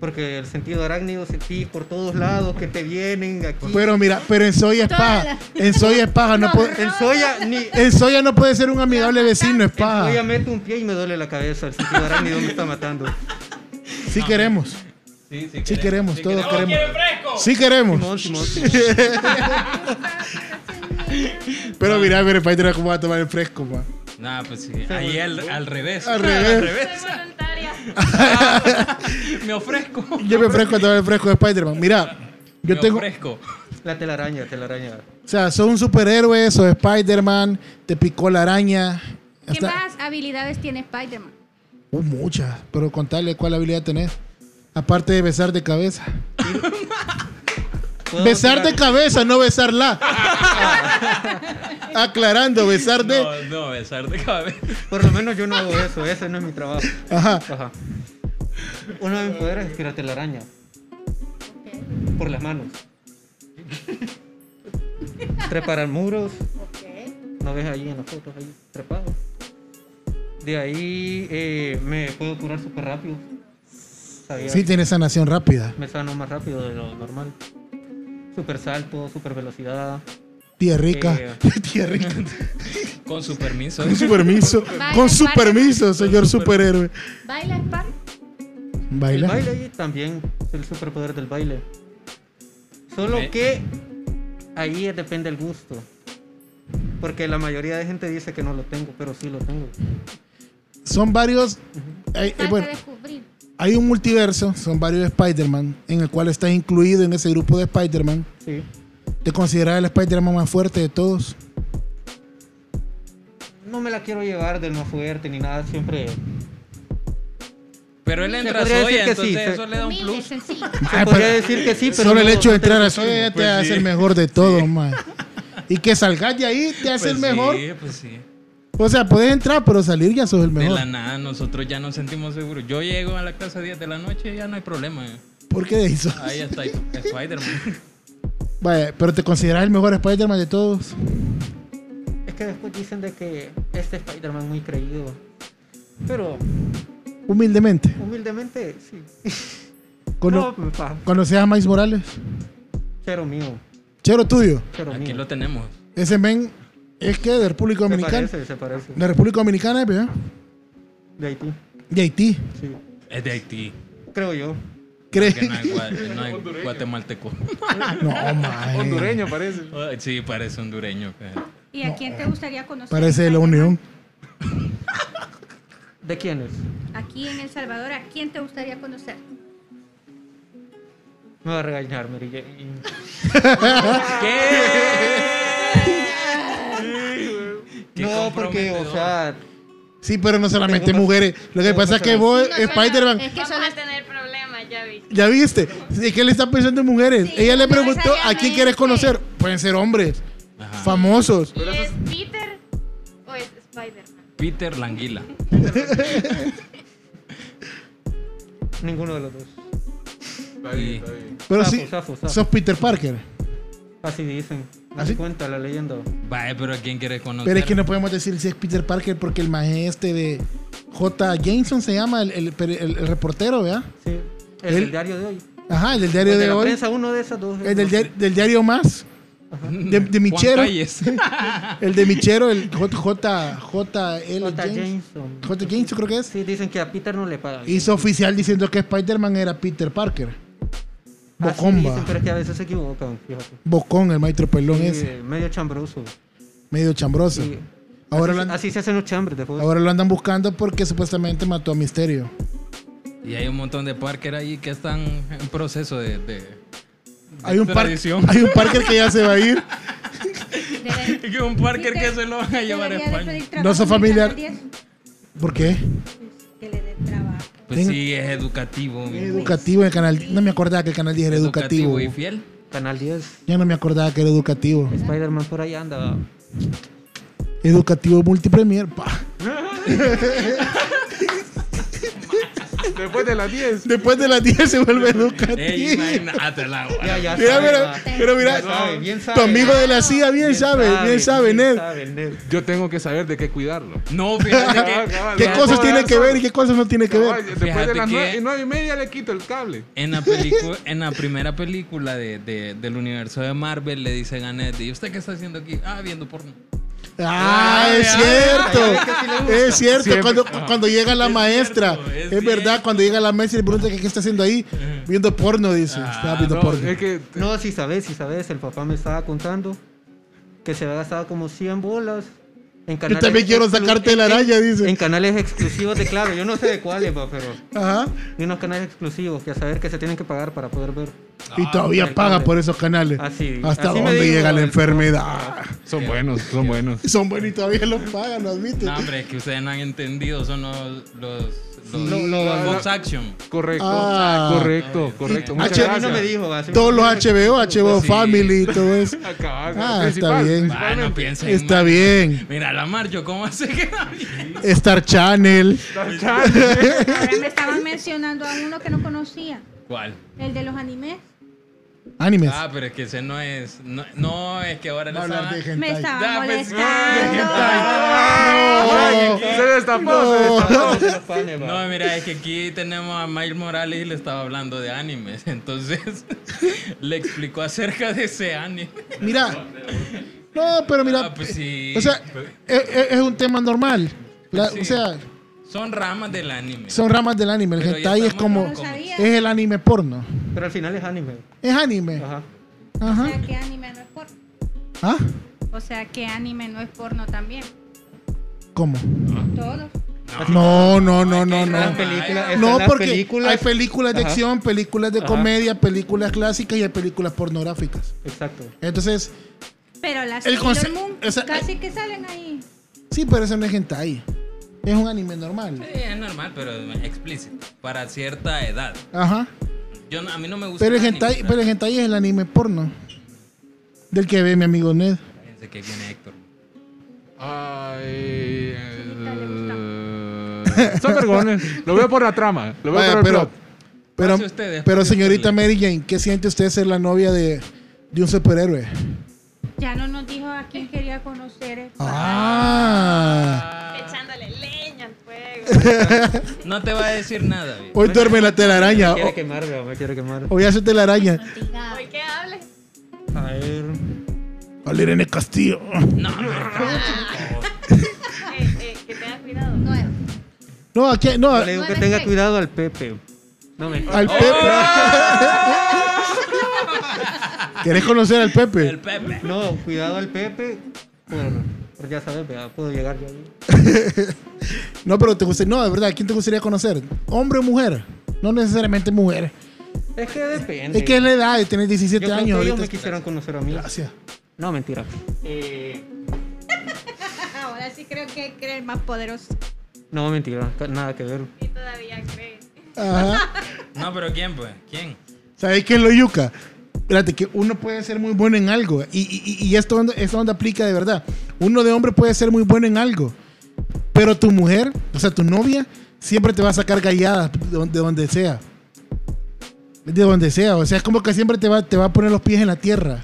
[SPEAKER 6] Porque el sentido arácnido sentí por todos lados que te vienen aquí.
[SPEAKER 3] Pero mira, pero en Soya es
[SPEAKER 4] Toda
[SPEAKER 3] paja. En Soya es paja, no,
[SPEAKER 4] No,
[SPEAKER 3] puede-
[SPEAKER 6] el soya ni.
[SPEAKER 3] En Soya no puede ser un amigable vecino, es
[SPEAKER 6] El soya
[SPEAKER 3] paja.
[SPEAKER 6] meto un pie y me duele la cabeza. El sentido arácnido me está matando.
[SPEAKER 3] Sí queremos.
[SPEAKER 2] Sí,
[SPEAKER 3] Sí queremos, todos
[SPEAKER 2] queremos.
[SPEAKER 3] queremos. Sí queremos.
[SPEAKER 6] Simón, Simón.
[SPEAKER 3] Pero mira, pero Spider-Man cómo va a tomar el fresco, pa.
[SPEAKER 2] Nah, pues sí. Ahí al, *laughs* al revés.
[SPEAKER 3] Al revés.
[SPEAKER 8] Soy voluntaria.
[SPEAKER 3] *laughs*
[SPEAKER 2] Me ofrezco.
[SPEAKER 3] Yo me ofrezco a tomar el fresco de Spider-Man. Mira, yo
[SPEAKER 2] Me
[SPEAKER 3] tengo. O
[SPEAKER 2] ofrezco.
[SPEAKER 6] La telaraña, telaraña.
[SPEAKER 3] sea, sos un superhéroe, sos Spider-Man, te picó la araña.
[SPEAKER 4] ¿Qué
[SPEAKER 3] Hasta-
[SPEAKER 4] más habilidades tiene Spider-Man?
[SPEAKER 3] Uh, muchas. Pero contarle cuál habilidad tenés. Aparte de besar de cabeza.
[SPEAKER 6] Puedo
[SPEAKER 3] Besar de
[SPEAKER 6] tirar-
[SPEAKER 3] cabeza, no *laughs* besarla. Aclarando, besar *laughs* de.
[SPEAKER 2] No, no, besar de cabeza.
[SPEAKER 6] Por lo menos yo no hago eso, ese no es mi trabajo.
[SPEAKER 3] Ajá.
[SPEAKER 6] Ajá. Uno de mis poderes es tirar telaraña. Por las manos. Trepar al muros. No ves ahí en las fotos, ahí trepado. De ahí eh, me puedo curar súper rápido. Sabía
[SPEAKER 3] Sí, tiene sanación rápida.
[SPEAKER 6] me sano más rápido de lo normal. Super salto, super velocidad. Eh,
[SPEAKER 3] Tía rica.
[SPEAKER 2] Eh,
[SPEAKER 6] Sí.
[SPEAKER 3] Tía rica.
[SPEAKER 2] Con su permiso.
[SPEAKER 3] Con su permiso. Con su permiso, señor superhéroe.
[SPEAKER 4] ¿Baila Spider?
[SPEAKER 3] Eh, *laughs*
[SPEAKER 6] El
[SPEAKER 3] Baila.
[SPEAKER 6] baile y también es el superpoder del baile. Solo
[SPEAKER 2] Me-
[SPEAKER 6] que ahí depende el gusto. Porque la mayoría de gente dice que no lo tengo, pero sí lo tengo.
[SPEAKER 3] Son varios. Hay, eh,
[SPEAKER 4] Falta
[SPEAKER 3] bueno,
[SPEAKER 4] descubrir.
[SPEAKER 3] hay un multiverso, son varios Spider-Man, en el cual estás incluido en ese grupo de Spider-Man.
[SPEAKER 6] Sí.
[SPEAKER 3] ¿Te consideras el Spider-Man más fuerte de todos?
[SPEAKER 6] No me la quiero llevar del más fuerte ni nada, siempre.
[SPEAKER 2] Pero él entra a
[SPEAKER 6] podría
[SPEAKER 2] Zoya,
[SPEAKER 6] decir que sí,
[SPEAKER 2] entonces
[SPEAKER 6] se-
[SPEAKER 2] eso le da un
[SPEAKER 4] Humilde,
[SPEAKER 2] plus.
[SPEAKER 3] *laughs*
[SPEAKER 4] sencillo.
[SPEAKER 6] Se
[SPEAKER 3] Ay,
[SPEAKER 6] podría
[SPEAKER 3] pero-
[SPEAKER 6] decir que sí, pero.
[SPEAKER 3] Solo el
[SPEAKER 6] no-
[SPEAKER 3] hecho de
[SPEAKER 6] no te
[SPEAKER 3] entrar a
[SPEAKER 6] decimos.
[SPEAKER 3] Soya
[SPEAKER 2] Pues
[SPEAKER 3] ya te hace el mejor de todos, man. Y que salgas de ahí te hace
[SPEAKER 2] Pues
[SPEAKER 3] el mejor.
[SPEAKER 2] Sí, pues sí.
[SPEAKER 3] O sea, puedes entrar, pero salir ya sos el
[SPEAKER 2] De
[SPEAKER 3] mejor.
[SPEAKER 2] la nada, nosotros ya nos sentimos seguros. Yo llego a la casa a 10 de la noche y ya no hay problema.
[SPEAKER 3] ¿Por qué eso?
[SPEAKER 2] Ahí está Spider-Man.
[SPEAKER 3] Vaya, pero te consideras el mejor Spider-Man de todos.
[SPEAKER 6] Es que después dicen de que este Spider-Man es muy creído. Pero
[SPEAKER 3] Humildemente.
[SPEAKER 6] humildemente, sí.
[SPEAKER 3] Cono-
[SPEAKER 6] No, papá,
[SPEAKER 3] ¿Conoces a Miles Morales?
[SPEAKER 6] Cero mío.
[SPEAKER 3] Chero tuyo.
[SPEAKER 6] Cero
[SPEAKER 2] Aquí
[SPEAKER 6] mío.
[SPEAKER 2] lo tenemos.
[SPEAKER 3] Ese men es que de República
[SPEAKER 6] Se
[SPEAKER 3] Dominicana.
[SPEAKER 6] parece, se parece.
[SPEAKER 3] De República Dominicana, ¿eh? ¿verdad?
[SPEAKER 6] De Haití,
[SPEAKER 3] De Haití.
[SPEAKER 6] sí.
[SPEAKER 2] Es de Haití.
[SPEAKER 6] Creo yo.
[SPEAKER 3] ¿Crees?
[SPEAKER 2] Que no es, gua- no es guatemalteco.
[SPEAKER 3] No, mae.
[SPEAKER 7] Hondureño parece.
[SPEAKER 2] Sí, parece hondureño. pues.
[SPEAKER 4] ¿Y a quién te gustaría conocer?
[SPEAKER 3] Parece de la
[SPEAKER 4] Spider-Man?
[SPEAKER 3] Unión.
[SPEAKER 6] ¿De quién es?
[SPEAKER 4] Aquí en El Salvador, ¿a quién te gustaría conocer?
[SPEAKER 6] Me va a regañar, Mary Jane.
[SPEAKER 2] Qué
[SPEAKER 6] No, porque, o
[SPEAKER 2] comprometedor.
[SPEAKER 6] sea,
[SPEAKER 3] Sí, pero no solamente
[SPEAKER 6] Tengo-
[SPEAKER 3] mujeres. Lo que
[SPEAKER 6] tengo
[SPEAKER 3] pasa es que
[SPEAKER 6] personas.
[SPEAKER 3] vos,
[SPEAKER 4] Sí, no eh. suena-
[SPEAKER 3] Spider-Man.
[SPEAKER 4] es que
[SPEAKER 8] Vamos
[SPEAKER 4] solo
[SPEAKER 8] a tener problemas, ya vi.
[SPEAKER 3] ¿Ya viste? Es que le están pensando en mujeres.
[SPEAKER 4] Sí,
[SPEAKER 3] Ella le
[SPEAKER 4] no
[SPEAKER 3] preguntó a quién
[SPEAKER 4] necesariamente.
[SPEAKER 3] quieres conocer. Pueden ser hombres,
[SPEAKER 2] Ajá.
[SPEAKER 3] famosos.
[SPEAKER 8] ¿Y es Peter o es Spider-Man?
[SPEAKER 2] Peter Languila.
[SPEAKER 6] ninguno de los dos.
[SPEAKER 7] Está bien, está bien.
[SPEAKER 3] Pero
[SPEAKER 6] Sapo,
[SPEAKER 3] sí,
[SPEAKER 6] sapo, sapo.
[SPEAKER 3] sos Peter Parker.
[SPEAKER 6] Así dicen. Me
[SPEAKER 3] ¿Ah, sí?
[SPEAKER 6] cuenta la leyenda.
[SPEAKER 2] Vaya, eh, pero ¿a quién quieres conocer?
[SPEAKER 3] Pero es que no podemos decir si es Peter Parker porque el maje este de J. Jameson se llama, el, el- el- el reportero, ¿verdad?
[SPEAKER 6] Sí. El
[SPEAKER 3] ¿Él?
[SPEAKER 6] del diario de hoy.
[SPEAKER 3] Ajá, el del
[SPEAKER 6] El
[SPEAKER 3] diario
[SPEAKER 6] de
[SPEAKER 3] de
[SPEAKER 6] la
[SPEAKER 3] hoy.
[SPEAKER 6] prensa, uno de esas dos.
[SPEAKER 3] El del,
[SPEAKER 6] no sé.
[SPEAKER 3] diar- del diario más. De, de
[SPEAKER 2] Juan
[SPEAKER 3] Michero. *laughs*
[SPEAKER 2] Calles.
[SPEAKER 3] El de Michero, el J, J, J, L,
[SPEAKER 6] J.
[SPEAKER 3] James.
[SPEAKER 6] Jameson.
[SPEAKER 3] J. James, creo que es.
[SPEAKER 6] Sí, dicen que a Peter no le pagan.
[SPEAKER 3] Hizo oficial diciendo que Spider-Man era Peter Parker.
[SPEAKER 6] Así
[SPEAKER 3] Bocomba.
[SPEAKER 6] dicen, pero es que a veces se equivocan, fíjate.
[SPEAKER 3] Bocón, el maestro pelón
[SPEAKER 6] Y,
[SPEAKER 3] ese.
[SPEAKER 6] eh, medio chambroso.
[SPEAKER 3] Medio chambroso.
[SPEAKER 6] Sí.
[SPEAKER 3] Ahora,
[SPEAKER 6] así,
[SPEAKER 3] lo an-
[SPEAKER 6] así se hacen los chambres de fútbol.
[SPEAKER 3] ahora lo andan buscando porque supuestamente mató a Misterio.
[SPEAKER 2] Y hay un montón de Parker ahí que están en proceso de. de-
[SPEAKER 3] Hay un, par-
[SPEAKER 2] Tradición.
[SPEAKER 3] hay un Parker que ya se va a ir.
[SPEAKER 4] Debe-
[SPEAKER 2] *laughs* que un Parker que se lo van a llevar a
[SPEAKER 4] debería de pedir
[SPEAKER 2] España.
[SPEAKER 4] trabajo
[SPEAKER 3] No soy
[SPEAKER 4] en
[SPEAKER 3] familiar.
[SPEAKER 4] Canal 10,
[SPEAKER 3] ¿Por qué?
[SPEAKER 4] Que le den trabajo.
[SPEAKER 2] Pues sí, es educativo. mi-
[SPEAKER 3] Educativo en el canal. No me acordaba que el canal 10 era educativo.
[SPEAKER 2] y fiel.
[SPEAKER 6] Canal 10.
[SPEAKER 3] Ya no me acordaba que era educativo.
[SPEAKER 6] Spider-Man por ahí anda.
[SPEAKER 3] Educativo multipremier. pa.
[SPEAKER 7] Después de las 10.
[SPEAKER 3] Después de las 10 se vuelve
[SPEAKER 2] Ey,
[SPEAKER 3] educativo.
[SPEAKER 2] imagínate la hora.
[SPEAKER 6] Ya, ya
[SPEAKER 3] Mira,
[SPEAKER 6] sabe,
[SPEAKER 3] mira,
[SPEAKER 6] va.
[SPEAKER 3] pero mira,
[SPEAKER 6] Ya sabe, bien sabe.
[SPEAKER 3] tu amigo de la CIA bien, sabe, bien sabe,
[SPEAKER 6] bien
[SPEAKER 3] Ned.
[SPEAKER 6] sabe el Ned.
[SPEAKER 7] Yo tengo que saber de qué cuidarlo.
[SPEAKER 2] No, fíjate que
[SPEAKER 3] ¿Qué cosas tiene que ver y qué cosas no tiene que ver?
[SPEAKER 7] Después
[SPEAKER 2] Fíjate
[SPEAKER 7] de las
[SPEAKER 2] que-
[SPEAKER 7] 9, y media le quito el cable.
[SPEAKER 2] en la, pelicu- en la primera película de, de- del universo de Marvel le dicen a Ned, ¿y usted qué está haciendo aquí? Ah, viendo porno.
[SPEAKER 3] Ah,
[SPEAKER 2] Ay,
[SPEAKER 3] es
[SPEAKER 2] ay,
[SPEAKER 3] cierto. Es cierto.
[SPEAKER 7] Siempre.
[SPEAKER 3] Cuando, cuando llega la maestra,
[SPEAKER 2] cierto, es
[SPEAKER 3] es verdad,
[SPEAKER 2] cierto.
[SPEAKER 3] cuando llega la maestra y le pregunta que qué está haciendo ahí, viendo porno, dice. Está viendo
[SPEAKER 7] No,
[SPEAKER 3] porno.
[SPEAKER 7] es que
[SPEAKER 6] No, si sabes, si sabes, el papá me estaba contando que se había gastado como 100 bolas. En canales
[SPEAKER 3] también quiero
[SPEAKER 6] exclu-
[SPEAKER 3] sacarte
[SPEAKER 6] en-
[SPEAKER 3] la araña,
[SPEAKER 6] en-
[SPEAKER 3] dice.
[SPEAKER 6] En canales exclusivos de Claro, yo no sé de cuáles, va, pero
[SPEAKER 3] Ajá.
[SPEAKER 6] hay unos canales exclusivos que a saber que se tienen que pagar para poder ver.
[SPEAKER 3] Y todavía
[SPEAKER 6] el
[SPEAKER 3] paga
[SPEAKER 6] cable.
[SPEAKER 3] por esos canales.
[SPEAKER 6] Así-
[SPEAKER 3] ¿Hasta
[SPEAKER 6] así me
[SPEAKER 3] dónde
[SPEAKER 6] dijo
[SPEAKER 3] llega la
[SPEAKER 6] el-
[SPEAKER 3] enfermedad? *laughs*
[SPEAKER 7] son buenos, son buenos.
[SPEAKER 3] Son buenos y todavía los pagan, lo admiten.
[SPEAKER 2] No, hombre, es que ustedes no han entendido, son los... los, los,
[SPEAKER 6] Lo- lo-
[SPEAKER 2] los
[SPEAKER 7] lo-
[SPEAKER 2] box action.
[SPEAKER 7] Correcto,
[SPEAKER 3] Ah.
[SPEAKER 7] correcto, correcto. Muchas
[SPEAKER 3] H-
[SPEAKER 6] A mí no me
[SPEAKER 7] gracias.
[SPEAKER 6] dijo, va, sí me
[SPEAKER 3] Todos los
[SPEAKER 6] dijo.
[SPEAKER 3] HBO, HBO
[SPEAKER 2] sí.
[SPEAKER 3] Family y todo eso.
[SPEAKER 7] Acabas,
[SPEAKER 3] Ah,
[SPEAKER 7] principal,
[SPEAKER 3] está bien.
[SPEAKER 7] principalmente.
[SPEAKER 2] Bueno, piensen.
[SPEAKER 3] Está
[SPEAKER 2] mal.
[SPEAKER 3] bien.
[SPEAKER 2] Mira, la Marjo, ¿cómo hace que no *laughs* viene?
[SPEAKER 3] Star Channel.
[SPEAKER 7] *laughs*
[SPEAKER 4] Ahora me estaban mencionando a uno que no conocía.
[SPEAKER 2] ¿Cuál?
[SPEAKER 4] El de los animes.
[SPEAKER 3] Animes.
[SPEAKER 2] Ah, pero es que ese no es... No, no, es que ahora le
[SPEAKER 3] Hablar de
[SPEAKER 2] estaban-
[SPEAKER 3] hentai.
[SPEAKER 4] Me estaban
[SPEAKER 2] Ya, pues,
[SPEAKER 4] molestando.
[SPEAKER 3] No.
[SPEAKER 7] Se destapó, se
[SPEAKER 3] No. *laughs*
[SPEAKER 7] destapó.
[SPEAKER 6] De los panes, va.
[SPEAKER 2] No, mira, es que aquí tenemos a Miles Morales y le estaba hablando de animes. Entonces, *laughs* le explicó acerca de ese anime.
[SPEAKER 3] Mira. No, pero mira. eh,
[SPEAKER 2] Ah, pues sí.
[SPEAKER 3] O sea, es, es- es un tema normal. La- O sea,
[SPEAKER 2] Son ramas del anime.
[SPEAKER 3] son ramas del anime. El
[SPEAKER 2] Pero ya
[SPEAKER 3] hentai es
[SPEAKER 2] estamos
[SPEAKER 3] como.
[SPEAKER 4] No sabía.
[SPEAKER 3] Es el anime porno.
[SPEAKER 6] Pero al final es anime.
[SPEAKER 3] Es anime.
[SPEAKER 6] Ajá.
[SPEAKER 4] O
[SPEAKER 3] Ajá.
[SPEAKER 4] sea que anime no es porno.
[SPEAKER 3] ¿Ah?
[SPEAKER 4] O sea que anime no es porno también.
[SPEAKER 3] ¿Cómo?
[SPEAKER 4] Todos.
[SPEAKER 3] No, no, no, no,
[SPEAKER 6] Las
[SPEAKER 3] no.
[SPEAKER 6] películas, están
[SPEAKER 3] No,
[SPEAKER 6] las
[SPEAKER 3] porque
[SPEAKER 6] películas.
[SPEAKER 3] hay películas de
[SPEAKER 6] Ajá.
[SPEAKER 3] acción, películas de
[SPEAKER 6] Ajá.
[SPEAKER 3] comedia, películas clásicas y hay películas pornográficas.
[SPEAKER 6] Exacto.
[SPEAKER 3] Entonces,
[SPEAKER 4] Pero las
[SPEAKER 3] El conce-
[SPEAKER 4] Sailor Moon
[SPEAKER 3] o sea,
[SPEAKER 4] casi que salen ahí.
[SPEAKER 3] sí, pero eso no es hentai. Es un anime normal.
[SPEAKER 2] Sí, es normal, pero explícito. Para cierta edad.
[SPEAKER 3] Ajá.
[SPEAKER 2] Yo, no- a mí no me gusta.
[SPEAKER 3] Pero el
[SPEAKER 2] el anime,
[SPEAKER 3] hentai,
[SPEAKER 2] ¿verdad?
[SPEAKER 3] pero el hentai es el anime porno. Del que ve mi amigo Ned.
[SPEAKER 2] Fíjense que viene Héctor.
[SPEAKER 7] Ay,
[SPEAKER 4] Chiquita, le gusta.
[SPEAKER 7] eh, Son vergones. Lo veo por la trama. Lo veo
[SPEAKER 3] Vaya,
[SPEAKER 7] por el
[SPEAKER 3] pero,
[SPEAKER 7] plot.
[SPEAKER 3] pero,
[SPEAKER 2] Pase usted, después
[SPEAKER 3] pero
[SPEAKER 2] de
[SPEAKER 3] señorita
[SPEAKER 2] usted
[SPEAKER 3] Mary Jane, ¿qué siente usted ser la novia de, de un superhéroe?
[SPEAKER 4] Ya no nos dijo a quién quería conocer. eh.
[SPEAKER 3] Ah.
[SPEAKER 8] Echándole leña al
[SPEAKER 3] *laughs*
[SPEAKER 8] fuego.
[SPEAKER 2] No te va a decir nada. viejo.
[SPEAKER 3] Hoy duerme la telaraña.
[SPEAKER 6] Me quiere quemar, va, me quiere quemar.
[SPEAKER 3] Hoy hace telaraña.
[SPEAKER 4] Diga,
[SPEAKER 8] Hoy que hables.
[SPEAKER 6] A ver.
[SPEAKER 3] Al Irene Castillo.
[SPEAKER 2] No, hombre.
[SPEAKER 8] Eh, eh, que tengas cuidado.
[SPEAKER 4] nueve.
[SPEAKER 3] No, aquí, no.
[SPEAKER 6] Yo le digo que tenga cuidado al Pepe. No me.
[SPEAKER 3] Ah, Al
[SPEAKER 6] ¡Oh!
[SPEAKER 3] Pepe. ¿Querés conocer al
[SPEAKER 2] El
[SPEAKER 3] Pepe?
[SPEAKER 2] Pepe.
[SPEAKER 6] No, cuidado al Pepe. Bueno, pues ya sabes, vea, puedo llegar yo ahí.
[SPEAKER 3] No, pero te gustaría. No, de verdad, ¿quién te gustaría conocer? ¿Hombre o mujer? No necesariamente mujer.
[SPEAKER 6] Es que depende.
[SPEAKER 3] Es que es la edad de tener
[SPEAKER 6] Yo
[SPEAKER 3] 17
[SPEAKER 6] creo que
[SPEAKER 3] años
[SPEAKER 6] ellos
[SPEAKER 3] ahorita.
[SPEAKER 6] me quisieran conocer a mí.
[SPEAKER 3] Gracias.
[SPEAKER 6] No, mentira.
[SPEAKER 4] Ahora sí creo que cree el más poderoso.
[SPEAKER 6] No, mentira. ca- Nada que ver.
[SPEAKER 8] Y todavía crees.
[SPEAKER 3] Ajá.
[SPEAKER 2] No, pero ¿quién, pues? ¿Quién?
[SPEAKER 3] ¿Sabes qué es lo yuca? Espérate, que uno puede ser muy bueno en algo. Y, y- y esto, onda- esto onda aplica de verdad. Uno de hombre puede ser muy bueno en algo. Pero tu mujer, o sea, tu novia, siempre te va a sacar galladas de donde, de donde sea. De donde sea. O sea, es como que siempre te va, te va a poner los pies en la tierra.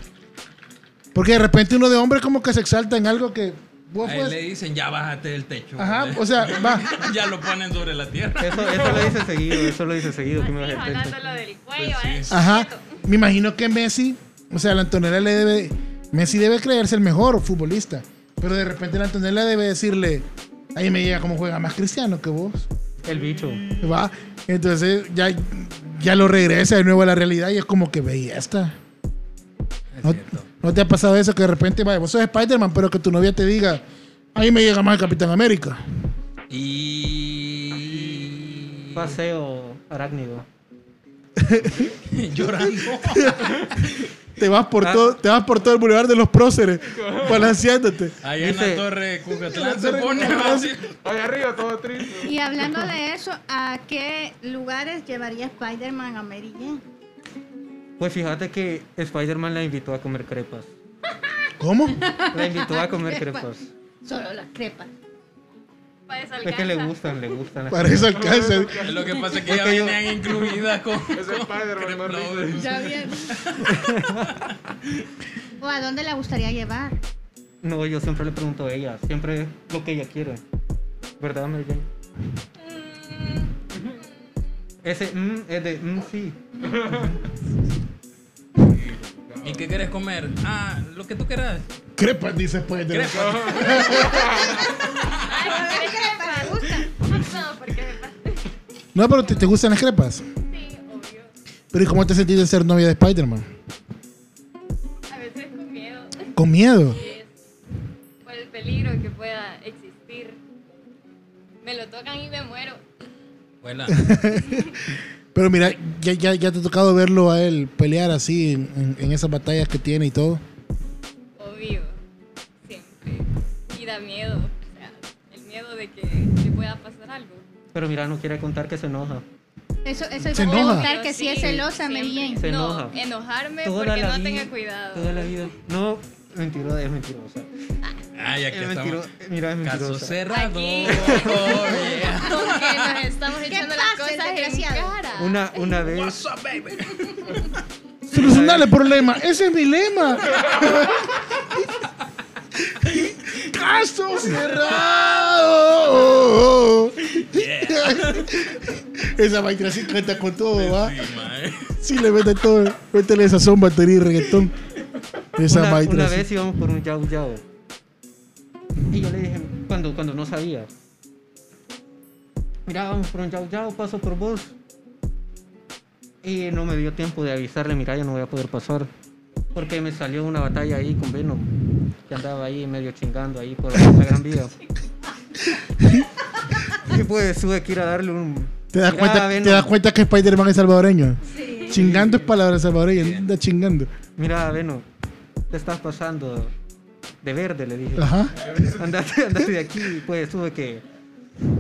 [SPEAKER 3] Porque de repente uno de hombre como que se exalta en algo que vos
[SPEAKER 2] Ahí le
[SPEAKER 3] fues-
[SPEAKER 2] dicen, ya bájate del techo.
[SPEAKER 3] Ajá,
[SPEAKER 2] hombre.
[SPEAKER 3] o sea, va.
[SPEAKER 2] *laughs* ya lo ponen sobre la tierra.
[SPEAKER 6] Eso, eso lo dice seguido, eso lo dice seguido. Que me
[SPEAKER 8] Así,
[SPEAKER 6] baje el pecho.
[SPEAKER 3] Pues
[SPEAKER 8] jalándolo del cuello, ¿eh?
[SPEAKER 3] Ajá. Me imagino que Messi, o sea, la Antonella le debe. Messi debe creerse el mejor futbolista. Pero de repente la Antonella debe decirle, ahí me llega como juega más cristiano que vos.
[SPEAKER 6] El bicho.
[SPEAKER 3] ¿Va? Entonces ya, ya lo regresa de nuevo a la realidad y es como que veía esta.
[SPEAKER 2] Es
[SPEAKER 3] ¿No,
[SPEAKER 2] cierto.
[SPEAKER 3] no te ha pasado eso que de repente, vaya, vos sos Spider-Man, pero que tu novia te diga, ahí me llega más el Capitán América?
[SPEAKER 2] Y.
[SPEAKER 6] Paseo arácnido.
[SPEAKER 2] *laughs*
[SPEAKER 3] *laughs*
[SPEAKER 2] Llorando.
[SPEAKER 3] Te vas por, todo, te vas por todo el bulevar de los próceres, balanceándote.
[SPEAKER 2] Allá en
[SPEAKER 6] Dice-
[SPEAKER 2] la torre de Cucatlán se pone así.
[SPEAKER 7] Allá arriba, todo
[SPEAKER 8] ¿eh?
[SPEAKER 7] triste.
[SPEAKER 4] Y hablando de eso, ¿a qué lugares llevaría Spider-Man a Mary Jane?
[SPEAKER 6] Pues fíjate que Spider-Man la invitó a comer crepas.
[SPEAKER 3] ¿Cómo?
[SPEAKER 6] La invitó a comer
[SPEAKER 4] Crepas.
[SPEAKER 6] crepas.
[SPEAKER 4] Solo las crepas.
[SPEAKER 8] Para esa
[SPEAKER 6] Es que le
[SPEAKER 8] alcanza.
[SPEAKER 6] gustan, le gustan. las
[SPEAKER 3] Para eso alcanza.
[SPEAKER 2] Lo que pasa es que ya
[SPEAKER 6] Porque yo-
[SPEAKER 2] venían incluidas
[SPEAKER 3] *laughs*
[SPEAKER 2] con. Es
[SPEAKER 7] Spider-Man, no ríes.
[SPEAKER 4] Ya bien. ¿O a dónde la gustaría llevar?
[SPEAKER 6] No, yo siempre le pregunto a ella, siempre es lo que ella quiere. ¿Verdad, Mary Jane?
[SPEAKER 8] Mm.
[SPEAKER 6] Ese mm es de mm sí.
[SPEAKER 2] ¿Y qué quieres comer? Ah, lo que tú quieras.
[SPEAKER 3] Crepas, dice pues, Spider-Man.
[SPEAKER 2] Crepa.
[SPEAKER 8] Ay, ¿qué crees que me gusta? No, porque me pasa.
[SPEAKER 3] No, pero te, te gustan las crepas.
[SPEAKER 8] Sí, obvio.
[SPEAKER 3] Pero ¿y cómo te sentís de ser novia de Spider-Man?
[SPEAKER 8] A veces con miedo.
[SPEAKER 3] Con miedo.
[SPEAKER 8] Por el peligro que pueda existir. Me lo tocan y me muero.
[SPEAKER 3] *laughs*
[SPEAKER 2] Vuela.
[SPEAKER 3] Pero mira, ya, ya, ya te ha tocado verlo a él pelear así en, en- en esas batallas que tiene y todo.
[SPEAKER 8] Obvio. Siempre. Y da miedo. O sea, el miedo de que le pueda pasar algo.
[SPEAKER 6] Pero mira, no quiere contar que se enoja.
[SPEAKER 4] Eso, eso
[SPEAKER 3] Se
[SPEAKER 4] iba a
[SPEAKER 3] enoja.
[SPEAKER 4] preguntar que si es
[SPEAKER 8] Sí,
[SPEAKER 4] celosa Mary
[SPEAKER 8] siempre.
[SPEAKER 4] Jane.
[SPEAKER 6] Se
[SPEAKER 8] no,
[SPEAKER 6] enoja.
[SPEAKER 8] enojarme
[SPEAKER 6] Toda
[SPEAKER 8] porque
[SPEAKER 6] la
[SPEAKER 8] no
[SPEAKER 6] vida-
[SPEAKER 8] tenga cuidado.
[SPEAKER 6] Toda la vida. No, mentira, es mentirosa.
[SPEAKER 2] Ah, ya que
[SPEAKER 6] Es
[SPEAKER 2] estamos.
[SPEAKER 6] mentirosa. Mira, es
[SPEAKER 2] Caso
[SPEAKER 6] mentirosa.
[SPEAKER 2] cerrado. *laughs*
[SPEAKER 8] Aquí. *laughs*
[SPEAKER 2] Oye.
[SPEAKER 3] *laughs*
[SPEAKER 8] Porque nos estamos echando las
[SPEAKER 4] pasa,
[SPEAKER 8] cosas en
[SPEAKER 4] desgraciado?
[SPEAKER 8] cara.
[SPEAKER 6] Una, una vez,
[SPEAKER 3] Solucionar el problema. Ese es mi lema. Caso cerrado. Esa vaina así canta con todo, ¿va?
[SPEAKER 2] Sí, mae.
[SPEAKER 3] Sí, le mete todo. Métele esa son batería y reggaetón. Esa
[SPEAKER 6] una,
[SPEAKER 3] vaina
[SPEAKER 6] una
[SPEAKER 3] así.
[SPEAKER 6] vez íbamos por un yao yao. Y yo le dije, cuando, cuando no sabía. Mira, vamos por un yao yao, paso por vos. Y no me dio tiempo de avisarle, mira, ya no voy a poder pasar. Porque me salió una batalla ahí con Venom. Que andaba ahí medio chingando ahí por la gran vía. *laughs* y pues tuve que ir a darle un...
[SPEAKER 3] ¿Te das,
[SPEAKER 6] "Mira,
[SPEAKER 3] cuenta, ¿Te
[SPEAKER 6] Venom,
[SPEAKER 3] das cuenta que Spider-Man es salvadoreño? Chingando es palabra salvadoreña. Anda chingando.
[SPEAKER 6] Mira, Venom, te estás pasando de verde, le dije.
[SPEAKER 3] Ajá.
[SPEAKER 6] andate, *laughs* andate de aquí. Pues tuve que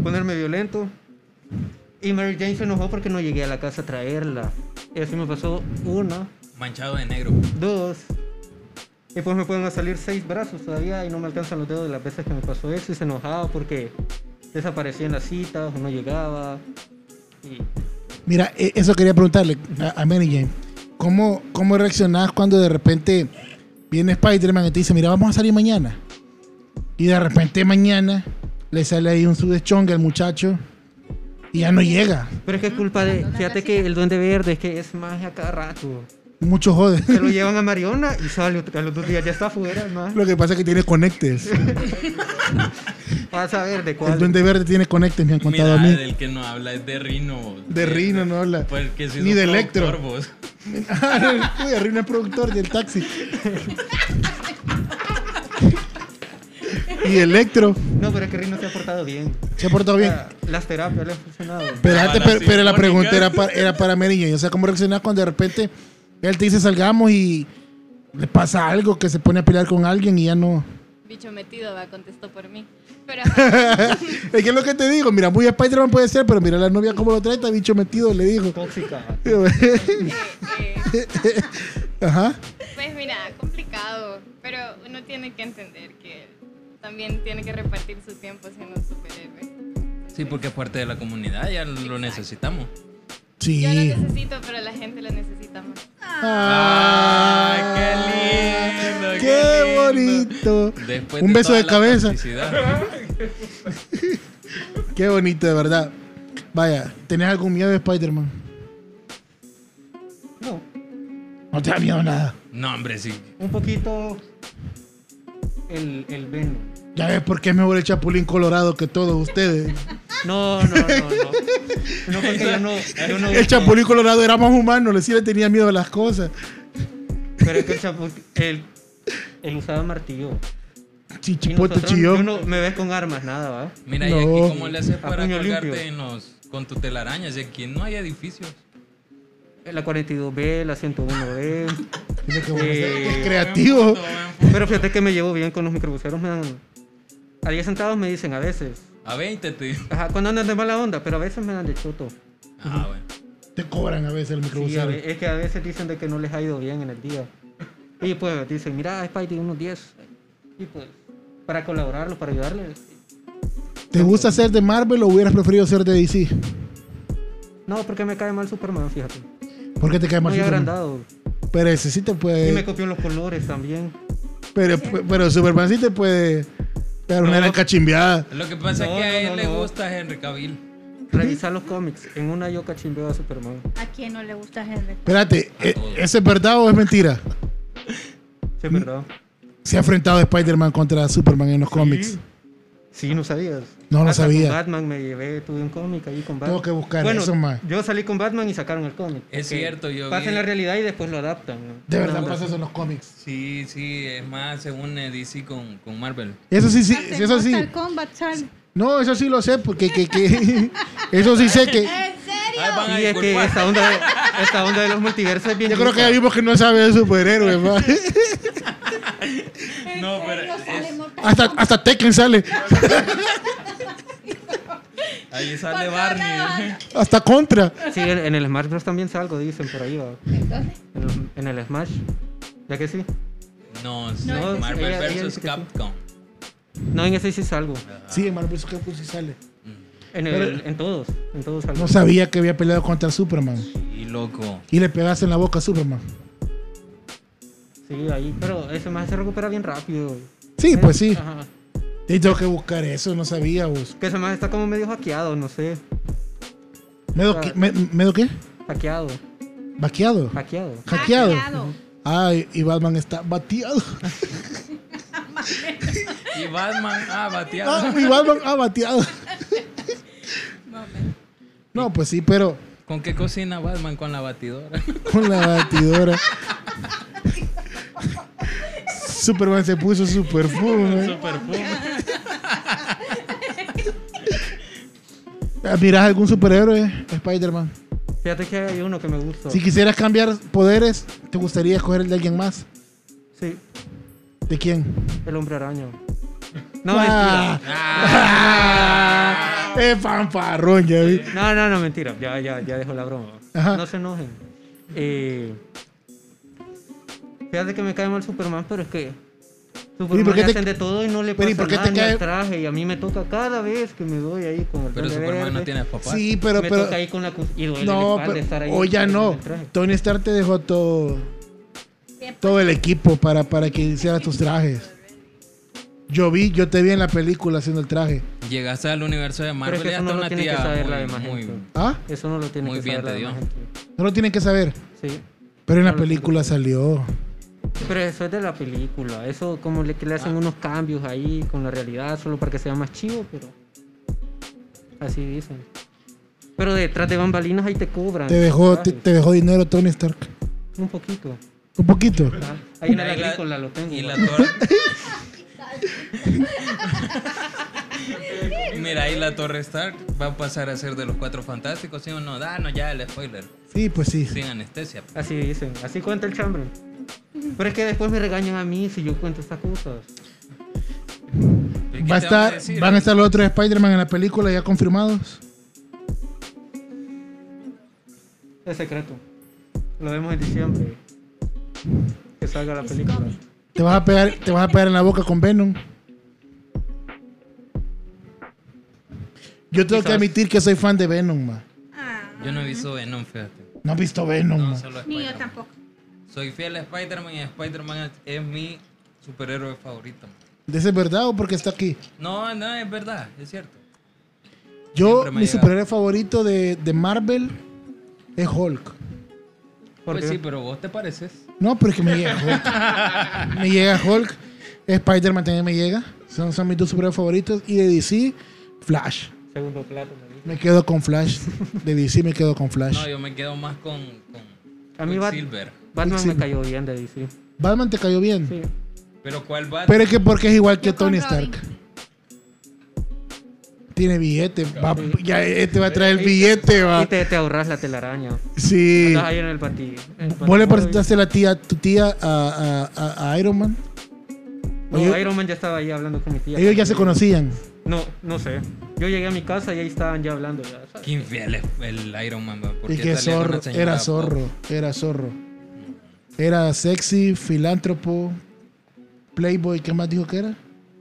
[SPEAKER 6] ponerme violento. Y Mary Jane se enojó porque no llegué a la casa a traerla. Y así me pasó una,
[SPEAKER 2] Manchado de negro.
[SPEAKER 6] dos. Y pues me pueden salir seis brazos todavía y no me alcanzan los dedos de las veces que me pasó eso. Y se enojaba porque desaparecía en las citas o no llegaba. Y
[SPEAKER 3] Mira, e- eso quería preguntarle a, a Mary Jane. ¿Cómo, ¿Cómo reaccionás cuando de repente viene Spider-Man y te dice, mira, vamos a salir mañana? Y de repente mañana le sale ahí un sudechonga al muchacho y ya no llega.
[SPEAKER 6] Pero es que es culpa de. Fíjate que el duende verde es que es magia cada rato.
[SPEAKER 3] Mucho jode. *laughs*
[SPEAKER 6] Se lo llevan a Mariona y sale otra- a los dos días ya está afuera, más.
[SPEAKER 3] Lo que pasa es que tiene conectes.
[SPEAKER 6] Vas a ver de cuál.
[SPEAKER 3] El duende verde tiene conectes, me han contado
[SPEAKER 2] Mira,
[SPEAKER 3] a mí.
[SPEAKER 2] del que no habla es de Rino.
[SPEAKER 3] De Rino no habla.
[SPEAKER 2] Porque si
[SPEAKER 3] Ni
[SPEAKER 2] sos
[SPEAKER 3] de Electro.
[SPEAKER 2] productor, vos.
[SPEAKER 3] *laughs* Uy, arriba el productor del taxi. y Electro.
[SPEAKER 6] No, pero es que Rino se ha portado bien.
[SPEAKER 3] ¿Se ha portado bien?
[SPEAKER 6] Ah, Las terapias le han funcionado.
[SPEAKER 3] Pero,
[SPEAKER 2] Para
[SPEAKER 3] antes,
[SPEAKER 2] la
[SPEAKER 3] pero, pero la pregunta era
[SPEAKER 2] sinfónica.
[SPEAKER 3] para, era para Mary Jane. O sea, ¿cómo reaccionas cuando de repente él te dice salgamos y le pasa algo que se pone a pelear con alguien y ya no. *laughs*
[SPEAKER 8] Bicho metido va, contestó por mí. Pero
[SPEAKER 3] es que es lo que te digo. Mira, muy Spider-Man puede ser, pero mira la novia cómo lo trata, bicho metido, le dijo. *laughs*
[SPEAKER 6] Tóxica.
[SPEAKER 8] *laughs* eh,
[SPEAKER 3] Ajá.
[SPEAKER 8] pues mira, complicado. Pero uno tiene que entender que también tiene que repartir su tiempo siendo un superhéroe.
[SPEAKER 2] Sí, porque es parte de la comunidad, ya lo necesitamos.
[SPEAKER 8] Yo lo
[SPEAKER 3] Sí.
[SPEAKER 8] necesito, pero la gente lo necesita más.
[SPEAKER 2] ¡Ay, qué lindo!
[SPEAKER 3] ¡Qué
[SPEAKER 2] lindo.
[SPEAKER 3] bonito!
[SPEAKER 2] Después
[SPEAKER 3] Un beso
[SPEAKER 2] toda
[SPEAKER 3] de
[SPEAKER 2] la
[SPEAKER 3] cabeza.
[SPEAKER 2] toxicidad.
[SPEAKER 3] Qué bonito, de verdad. Vaya, ¿tenés algún miedo de Spider-Man?
[SPEAKER 6] No,
[SPEAKER 3] No te da miedo nada.
[SPEAKER 2] No, hombre, sí.
[SPEAKER 6] un poquito el, el Venom.
[SPEAKER 3] Ya ves por qué es mejor el Chapulín Colorado que todos ustedes.
[SPEAKER 6] No, no, no, no. No, porque yo no. yo no-
[SPEAKER 3] El Chapulín Colorado era más humano, le sí le tenía miedo a las cosas.
[SPEAKER 6] Pero es que el Chapulín. Él, él usaba martillo. Y
[SPEAKER 3] Chichipote
[SPEAKER 6] nosotros-
[SPEAKER 3] chillón.
[SPEAKER 6] yo no- me ves con armas, nada, ¿va?
[SPEAKER 2] Mira,
[SPEAKER 3] No.
[SPEAKER 2] y aquí, ¿cómo le haces
[SPEAKER 6] A
[SPEAKER 2] para
[SPEAKER 6] puño
[SPEAKER 2] colgarte
[SPEAKER 6] limpio.
[SPEAKER 2] en los, con tu telaraña? Si aquí no hay edificios.
[SPEAKER 6] La 42B, la 101B.
[SPEAKER 3] Mira qué bueno.
[SPEAKER 6] Eh,
[SPEAKER 3] Qué creativo.
[SPEAKER 6] Pero fíjate que me llevo bien con los microbuseros. Me dan. A 10 centavos me dicen a veces.
[SPEAKER 2] A 20 te digo. *laughs*
[SPEAKER 6] Ajá, cuando andan de mala onda, pero a veces me dan de choto.
[SPEAKER 2] Ah, bueno.
[SPEAKER 3] Te cobran a veces el
[SPEAKER 6] Sí, a
[SPEAKER 3] microbusero.
[SPEAKER 6] ve- es que a veces dicen de que no les ha ido bien en el día. Y pues dicen, mira, Spidey, unos 10. Y pues, para colaborarlos, para ayudarles.
[SPEAKER 3] ¿Te gusta ser de Marvel o hubieras preferido ser de DC?
[SPEAKER 6] No, porque me cae mal Superman, fíjate.
[SPEAKER 3] ¿Por qué te cae más
[SPEAKER 6] Muy
[SPEAKER 3] Superman?
[SPEAKER 6] agrandado.
[SPEAKER 3] Pero ese sí te
[SPEAKER 6] Y me
[SPEAKER 3] puede.
[SPEAKER 6] copió los colores también.
[SPEAKER 3] Pero, pero Superman sí te puede pegar una
[SPEAKER 2] No.
[SPEAKER 3] gran cachimbeada.
[SPEAKER 2] Lo que pasa
[SPEAKER 6] No,
[SPEAKER 2] es que a él
[SPEAKER 6] no, no,
[SPEAKER 2] le
[SPEAKER 6] no.
[SPEAKER 2] gusta Henry Cavill.
[SPEAKER 6] Revisar los cómics. En una yo cachimbeo a Superman.
[SPEAKER 4] ¿A quién no le gusta Henry?
[SPEAKER 3] Espérate,
[SPEAKER 2] A
[SPEAKER 3] ¿eh,
[SPEAKER 2] todos.
[SPEAKER 3] ¿ese es verdad o es mentira? ¿Mm?
[SPEAKER 6] Sí, es verdad.
[SPEAKER 3] Se ha enfrentado Spider-Man contra Superman en los cómics.
[SPEAKER 6] Sí, no sabías.
[SPEAKER 3] No lo
[SPEAKER 6] Hasta
[SPEAKER 3] sabía.
[SPEAKER 6] Con Batman me llevé, tuve un cómic ahí con Batman.
[SPEAKER 3] Tengo que buscar
[SPEAKER 6] Bueno,
[SPEAKER 3] eso, man.
[SPEAKER 6] Yo salí con Batman y sacaron el cómic.
[SPEAKER 2] Es
[SPEAKER 6] Porque
[SPEAKER 2] cierto, yo
[SPEAKER 6] Pasa
[SPEAKER 2] vi-
[SPEAKER 6] en la realidad y después lo adaptan. ¿no?
[SPEAKER 3] De verdad
[SPEAKER 6] Una
[SPEAKER 3] pasa
[SPEAKER 6] cosa.
[SPEAKER 3] eso en los cómics.
[SPEAKER 2] Sí, sí, es más, se une DC con, con Marvel.
[SPEAKER 3] Eso sí, sí,
[SPEAKER 4] Hasta en
[SPEAKER 3] eso sí.
[SPEAKER 4] Mortal Kombat sale.
[SPEAKER 3] No, eso sí lo sé, porque que, que- *laughs* eso sí sé que.
[SPEAKER 4] ¿En serio?
[SPEAKER 2] Ah, van a
[SPEAKER 6] Sí, es que
[SPEAKER 2] disculpar.
[SPEAKER 6] esta onda, de, esta onda de los multiversos es bien.
[SPEAKER 3] Yo creo que
[SPEAKER 6] rica.
[SPEAKER 3] ya vimos que no sabe de superhéroes, *laughs* man.
[SPEAKER 4] ¿En
[SPEAKER 2] No,
[SPEAKER 4] serio
[SPEAKER 2] pero
[SPEAKER 4] sale Mortal
[SPEAKER 3] Hasta, hasta Tekken sale.
[SPEAKER 2] Ahí sale
[SPEAKER 4] Por
[SPEAKER 2] Barney.
[SPEAKER 3] Hasta Contra.
[SPEAKER 6] Sí, en, en el Smash Bros. también salgo, dicen por ahí. ¿va?
[SPEAKER 4] Kombat? Entonces,
[SPEAKER 6] En, los- en el Smash. ¿Ya que sí?
[SPEAKER 2] *laughs* No, sí,
[SPEAKER 6] No,
[SPEAKER 2] Marvel
[SPEAKER 6] ella- ella
[SPEAKER 2] versus
[SPEAKER 6] dice que sí.
[SPEAKER 2] Capcom.
[SPEAKER 6] No, en ese sí salgo.
[SPEAKER 3] Sí, en Marvel vs. Capcom sí sale.
[SPEAKER 6] En, el, en todos. En todos salgo.
[SPEAKER 3] No sabía que había peleado contra Superman.
[SPEAKER 2] Y loco.
[SPEAKER 3] Y le pegaste en la boca a Superman.
[SPEAKER 6] Sí, ahí. Pero ese Smash se recupera bien rápido.
[SPEAKER 3] Sí, pues sí.
[SPEAKER 6] Ajá.
[SPEAKER 3] Y tengo que buscar eso, no sabía vos.
[SPEAKER 6] Que ese Smash está como medio hackeado, no sé.
[SPEAKER 3] ¿Medo, qué- me- medo qué?
[SPEAKER 6] Hackeado.
[SPEAKER 3] ¿Vaqueado?
[SPEAKER 6] Hackeado.
[SPEAKER 3] ¿Hackeado?
[SPEAKER 4] hackeado.
[SPEAKER 3] Ah, y- y Batman está bateado.
[SPEAKER 2] Y Batman, ah, bateado.
[SPEAKER 3] *laughs* Ah, y Batman ah, bateado. No, pues sí, pero
[SPEAKER 2] ¿Con qué cocina Batman con la batidora? *laughs*
[SPEAKER 3] con la batidora. Superman se puso su perfume.
[SPEAKER 2] Superfume.
[SPEAKER 3] ¿Mirás Ah, algún superhéroe, Spider-Man?
[SPEAKER 6] Fíjate que hay uno que me gusta.
[SPEAKER 3] Si quisieras cambiar poderes, ¿te gustaría escoger el de alguien más?
[SPEAKER 6] Sí,
[SPEAKER 3] ¿De quién?
[SPEAKER 6] el hombre araña. No,
[SPEAKER 3] Ah.
[SPEAKER 6] mentira.
[SPEAKER 3] Ah, es fanfarrón, ya vi.
[SPEAKER 6] No, no, no, mentira. Ya, ya, ya dejo la broma.
[SPEAKER 3] Ajá.
[SPEAKER 6] No se enojen. Eh, fíjate que me cae mal Superman, pero es que. Superman
[SPEAKER 3] por qué
[SPEAKER 6] le
[SPEAKER 3] te-
[SPEAKER 6] hacen de todo y no le
[SPEAKER 3] pero
[SPEAKER 6] pasa
[SPEAKER 3] ¿y por qué
[SPEAKER 6] nada
[SPEAKER 3] te
[SPEAKER 6] ni al
[SPEAKER 3] cae-
[SPEAKER 6] traje. Y a mí me toca cada vez que me doy ahí con el
[SPEAKER 2] Pero
[SPEAKER 6] Duende
[SPEAKER 2] Superman no
[SPEAKER 6] Verde.
[SPEAKER 2] tiene papá.
[SPEAKER 3] Sí, pero,
[SPEAKER 6] me
[SPEAKER 3] pero.
[SPEAKER 6] toca ahí con la. cus- Y duele la
[SPEAKER 3] No,
[SPEAKER 6] espalda estar ahí
[SPEAKER 3] pero. O ya
[SPEAKER 6] con
[SPEAKER 3] no.
[SPEAKER 6] el traje.
[SPEAKER 3] Tony Stark te dejó todo. Todo el equipo para, para que hicieras tus trajes. Yo vi, yo te vi en la película haciendo el traje.
[SPEAKER 2] Llegaste al universo de
[SPEAKER 6] Pero
[SPEAKER 2] Marvel
[SPEAKER 6] es que
[SPEAKER 2] y
[SPEAKER 6] eso
[SPEAKER 2] hasta
[SPEAKER 6] no lo
[SPEAKER 2] una
[SPEAKER 6] tiene que
[SPEAKER 2] tía
[SPEAKER 6] saber la pues. demás
[SPEAKER 2] muy, muy...
[SPEAKER 6] gente.
[SPEAKER 3] ¿Ah?
[SPEAKER 6] Eso no lo tiene
[SPEAKER 2] Muy
[SPEAKER 6] que
[SPEAKER 2] bien,
[SPEAKER 6] saber
[SPEAKER 2] te
[SPEAKER 6] la demás
[SPEAKER 2] dio.
[SPEAKER 6] gente.
[SPEAKER 3] No lo tienen que saber.
[SPEAKER 6] Sí.
[SPEAKER 3] Pero en la
[SPEAKER 6] No lo tienen
[SPEAKER 3] película salió.
[SPEAKER 6] Pero eso es de la película, eso como le, que le
[SPEAKER 3] Ah.
[SPEAKER 6] hacen unos cambios ahí con la realidad solo para que sea más chivo, pero así dicen. Pero detrás de bambalinas ahí te cobran.
[SPEAKER 3] Te dejó,
[SPEAKER 6] ¿sabes?
[SPEAKER 3] te, te dejó dinero Tony Stark.
[SPEAKER 6] Un poquito.
[SPEAKER 3] Un poquito.
[SPEAKER 6] ah, Ahí en la
[SPEAKER 2] Ahí la-
[SPEAKER 6] agrícola lo tengo.
[SPEAKER 2] Y la
[SPEAKER 4] *laughs*
[SPEAKER 6] ¿no?
[SPEAKER 2] torre. Mira, ahí la Torre Stark va a pasar a ser de los cuatro fantásticos, ¿sí o no? Danos ya el spoiler.
[SPEAKER 3] Sí, pues sí.
[SPEAKER 2] Sin anestesia.
[SPEAKER 6] Así dicen, así cuenta el chambre. Pero es que después me regañan a mí si yo cuento estas cosas.
[SPEAKER 2] ¿Y qué
[SPEAKER 3] Va a
[SPEAKER 2] te van
[SPEAKER 3] estar,
[SPEAKER 2] decir?
[SPEAKER 3] van a estar los otros Spider-Man en la película ya confirmados.
[SPEAKER 6] Es secreto. Lo vemos en diciembre. Que salga la película.
[SPEAKER 3] Te vas a pegar, te vas a pegar en la boca con Venom. Yo tengo que
[SPEAKER 6] Quizás.
[SPEAKER 3] admitir que soy fan de Venom, ma.
[SPEAKER 2] Yo no he visto Venom, fíjate.
[SPEAKER 3] No has visto Venom,
[SPEAKER 2] No,
[SPEAKER 3] ma.
[SPEAKER 2] solo
[SPEAKER 4] Ni yo
[SPEAKER 2] Spider-Man.
[SPEAKER 4] tampoco.
[SPEAKER 2] Soy fiel a Spider-Man y Spider-Man es mi superhéroe favorito.
[SPEAKER 3] ¿De ese es verdad o porque está aquí?
[SPEAKER 2] No, no, es verdad, es cierto.
[SPEAKER 3] Yo,
[SPEAKER 2] Siempre me
[SPEAKER 3] mi
[SPEAKER 2] llega.
[SPEAKER 3] superhéroe favorito de, de Marvel es Hulk.
[SPEAKER 6] ¿Por
[SPEAKER 2] Pues
[SPEAKER 6] qué?
[SPEAKER 2] sí, pero vos te pareces. *laughs*
[SPEAKER 3] No, pero es que me llega Hulk. me llega Hulk. Spider-Man también me llega. Son, son mis dos superhéroes favoritos. Y de DC, Flash.
[SPEAKER 6] Segundo plato. me dice.
[SPEAKER 3] Me quedo con Flash. De DC me quedo con Flash.
[SPEAKER 2] No, yo me quedo más con, con
[SPEAKER 6] A mí Bat-
[SPEAKER 2] Silver.
[SPEAKER 6] Batman me
[SPEAKER 3] Quicksilver.
[SPEAKER 6] cayó bien de DC.
[SPEAKER 3] Batman te cayó bien.
[SPEAKER 6] Sí.
[SPEAKER 2] Pero ¿cuál Batman?
[SPEAKER 3] Pero es que porque es igual que
[SPEAKER 8] Yo con
[SPEAKER 3] Tony
[SPEAKER 8] Robin.
[SPEAKER 3] Stark. Tiene billete. va- ya este va a traer
[SPEAKER 2] Eh,
[SPEAKER 3] el billete, va.
[SPEAKER 6] Y te, te ahorras la telaraña.
[SPEAKER 3] Ah. Sí.
[SPEAKER 6] Estás ahí en el bati. en el
[SPEAKER 3] ¿Vos le
[SPEAKER 6] batimóvil.
[SPEAKER 3] presentaste la tía, tu tía a, a- a- a Iron Man?
[SPEAKER 6] No,
[SPEAKER 3] Ellos-
[SPEAKER 6] Iron Man ya estaba ahí hablando con mi tía.
[SPEAKER 3] Ellos ya se conocían.
[SPEAKER 6] No, no sé. Yo llegué a mi casa y ahí estaban ya hablando. Ya, ¿sabes?
[SPEAKER 2] Qué infiel es el Iron Man, va, porque
[SPEAKER 3] Y que
[SPEAKER 2] salía con una señora
[SPEAKER 3] zorro,
[SPEAKER 2] pues.
[SPEAKER 3] era
[SPEAKER 2] pop.
[SPEAKER 3] zorro, era zorro. Era sexy, filántropo, playboy, ¿qué más dijo que era?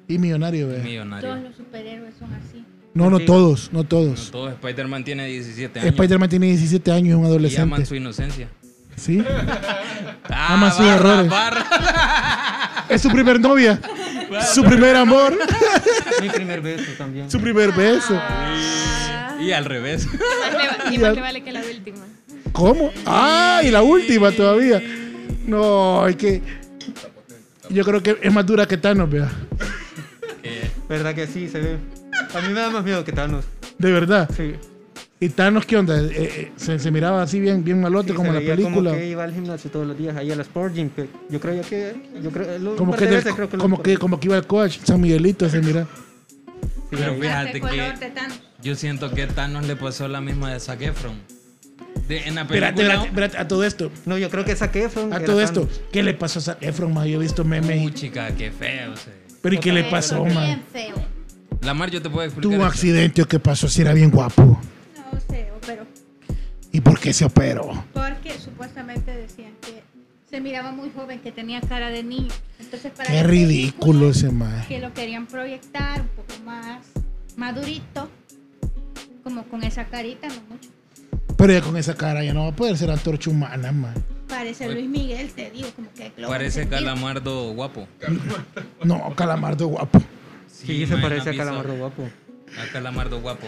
[SPEAKER 3] Y millonario, vea.
[SPEAKER 2] Millonario.
[SPEAKER 4] Todos los superhéroes son así.
[SPEAKER 3] No, no
[SPEAKER 6] Sí.
[SPEAKER 3] todos, no
[SPEAKER 2] No,
[SPEAKER 3] todos.
[SPEAKER 2] todo Spider-Man tiene 17 años.
[SPEAKER 3] Spider-Man tiene 17 años, es un
[SPEAKER 2] y aman
[SPEAKER 3] adolescente.
[SPEAKER 2] su inocencia.
[SPEAKER 3] ¿Sí?
[SPEAKER 2] *laughs* Ah,
[SPEAKER 3] Aman sus
[SPEAKER 2] barra,
[SPEAKER 3] errores.
[SPEAKER 2] barra.
[SPEAKER 3] Es su primer novia, su primer amor,
[SPEAKER 6] Mi primer beso también.
[SPEAKER 3] su primer beso.
[SPEAKER 2] Y al
[SPEAKER 3] *laughs*
[SPEAKER 2] revés.
[SPEAKER 8] Más le va- y más le vale que la última.
[SPEAKER 3] ¿Cómo? Ah, y la última todavía. No, es que. Yo creo que es más dura que Thanos, vea.
[SPEAKER 6] ¿Verdad que sí? Se ve. A mí me da más miedo que Thanos.
[SPEAKER 3] De verdad.
[SPEAKER 6] Sí.
[SPEAKER 3] ¿Y Thanos qué onda? Eh, eh, se, se miraba así bien, bien malote
[SPEAKER 6] Sí,
[SPEAKER 3] como
[SPEAKER 6] se
[SPEAKER 3] en la
[SPEAKER 6] veía
[SPEAKER 3] película.
[SPEAKER 6] Como que iba al gimnasio todos los días, ahí a la Sport Gym. Que yo creo que. Yo creo, lo- un
[SPEAKER 3] Como
[SPEAKER 6] par
[SPEAKER 3] que,
[SPEAKER 6] de
[SPEAKER 3] del-
[SPEAKER 6] veces creo que lo-
[SPEAKER 3] como, que, como que iba el coach, San Miguelito, se mira.
[SPEAKER 6] Sí,
[SPEAKER 2] Pero fíjate
[SPEAKER 4] Hace color
[SPEAKER 2] que
[SPEAKER 4] de Thanos.
[SPEAKER 2] yo siento que Thanos le pasó la misma de Zac Efron. De- en la
[SPEAKER 3] Espérate,
[SPEAKER 2] película...
[SPEAKER 3] espérate, espérate, a todo esto.
[SPEAKER 6] No, yo creo que saqué
[SPEAKER 3] A todo esto. ¿Qué le pasó a Zac Efron, ma? Yo he visto memes.
[SPEAKER 2] Uy,
[SPEAKER 3] y-
[SPEAKER 2] chica, qué feo. o sea.
[SPEAKER 3] Pero ¿y qué le pasó,
[SPEAKER 4] Bien
[SPEAKER 3] man?
[SPEAKER 4] feo.
[SPEAKER 2] La Mar, yo te puedo explicar.
[SPEAKER 3] Tuvo un
[SPEAKER 2] eso.
[SPEAKER 3] accidente o qué pasó si era bien guapo.
[SPEAKER 4] No sé, pero
[SPEAKER 3] ¿Y por qué se operó?
[SPEAKER 4] porque supuestamente decían que se miraba muy joven, que tenía cara de niño. Entonces para
[SPEAKER 3] Qué
[SPEAKER 4] la
[SPEAKER 3] ridículo
[SPEAKER 4] película,
[SPEAKER 3] ese ma.
[SPEAKER 4] que lo querían proyectar un poco más madurito, como con esa carita, no mucho.
[SPEAKER 3] Pero ya con esa cara ya no va a poder ser antorcha humana, ma.
[SPEAKER 4] Parece Luis Miguel, te digo, como que lo
[SPEAKER 2] Parece
[SPEAKER 4] sentido.
[SPEAKER 2] Calamardo guapo.
[SPEAKER 3] No, Calamardo guapo.
[SPEAKER 6] Sí, se
[SPEAKER 2] man,
[SPEAKER 6] parece
[SPEAKER 2] ¿has
[SPEAKER 6] a Calamardo
[SPEAKER 2] visto?
[SPEAKER 6] Guapo.
[SPEAKER 2] A Calamardo guapo.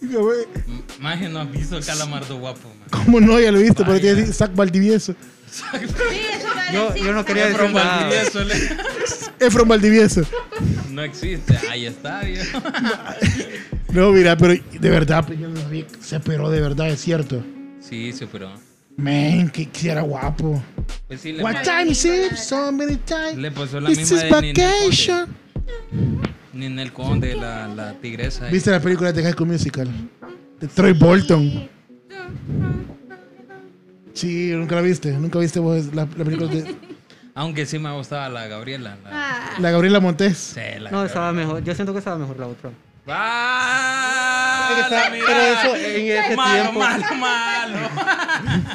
[SPEAKER 2] M- Más que no has visto Calamardo guapo, man.
[SPEAKER 3] ¿Cómo no? Ya lo he visto, pero
[SPEAKER 2] Vaya.
[SPEAKER 3] tiene así, Zac Valdivieso.
[SPEAKER 4] Sí, eso iba a
[SPEAKER 6] Yo,
[SPEAKER 4] decir,
[SPEAKER 6] yo no quería
[SPEAKER 2] Pero
[SPEAKER 6] decir nada.
[SPEAKER 2] Valdivieso le-
[SPEAKER 3] Efron Valdivieso.
[SPEAKER 2] No existe. Ahí está, viejo. *laughs*
[SPEAKER 3] No, mira, pero de verdad, pues, yo no sabía que se operó de verdad, es cierto.
[SPEAKER 2] Sí, superó.
[SPEAKER 3] Men, que, que era guapo.
[SPEAKER 2] Pues sí, le,
[SPEAKER 3] What time is it? So many times.
[SPEAKER 2] le pasó la
[SPEAKER 3] This
[SPEAKER 2] misma de
[SPEAKER 3] is
[SPEAKER 2] Ninel
[SPEAKER 3] vacation.
[SPEAKER 2] Conde. Ninel Conde, la, la tigresa. ahí.
[SPEAKER 3] ¿Viste la película de High School Musical? De Troy Bolton. Sí, nunca la viste. Nunca viste vos la, la película de
[SPEAKER 2] Aunque sí me gustaba la Gabriela. La,
[SPEAKER 4] Ah,
[SPEAKER 3] la Gabriela Montes.
[SPEAKER 2] Sí, la
[SPEAKER 6] No,
[SPEAKER 2] Gabriela.
[SPEAKER 6] estaba mejor. Yo siento que estaba mejor la otra.
[SPEAKER 2] ¡Ah!
[SPEAKER 6] Pero
[SPEAKER 2] la
[SPEAKER 6] eso- pero
[SPEAKER 2] mirada.
[SPEAKER 6] eso en ese
[SPEAKER 2] malo,
[SPEAKER 6] tiempo.
[SPEAKER 2] malo, malo.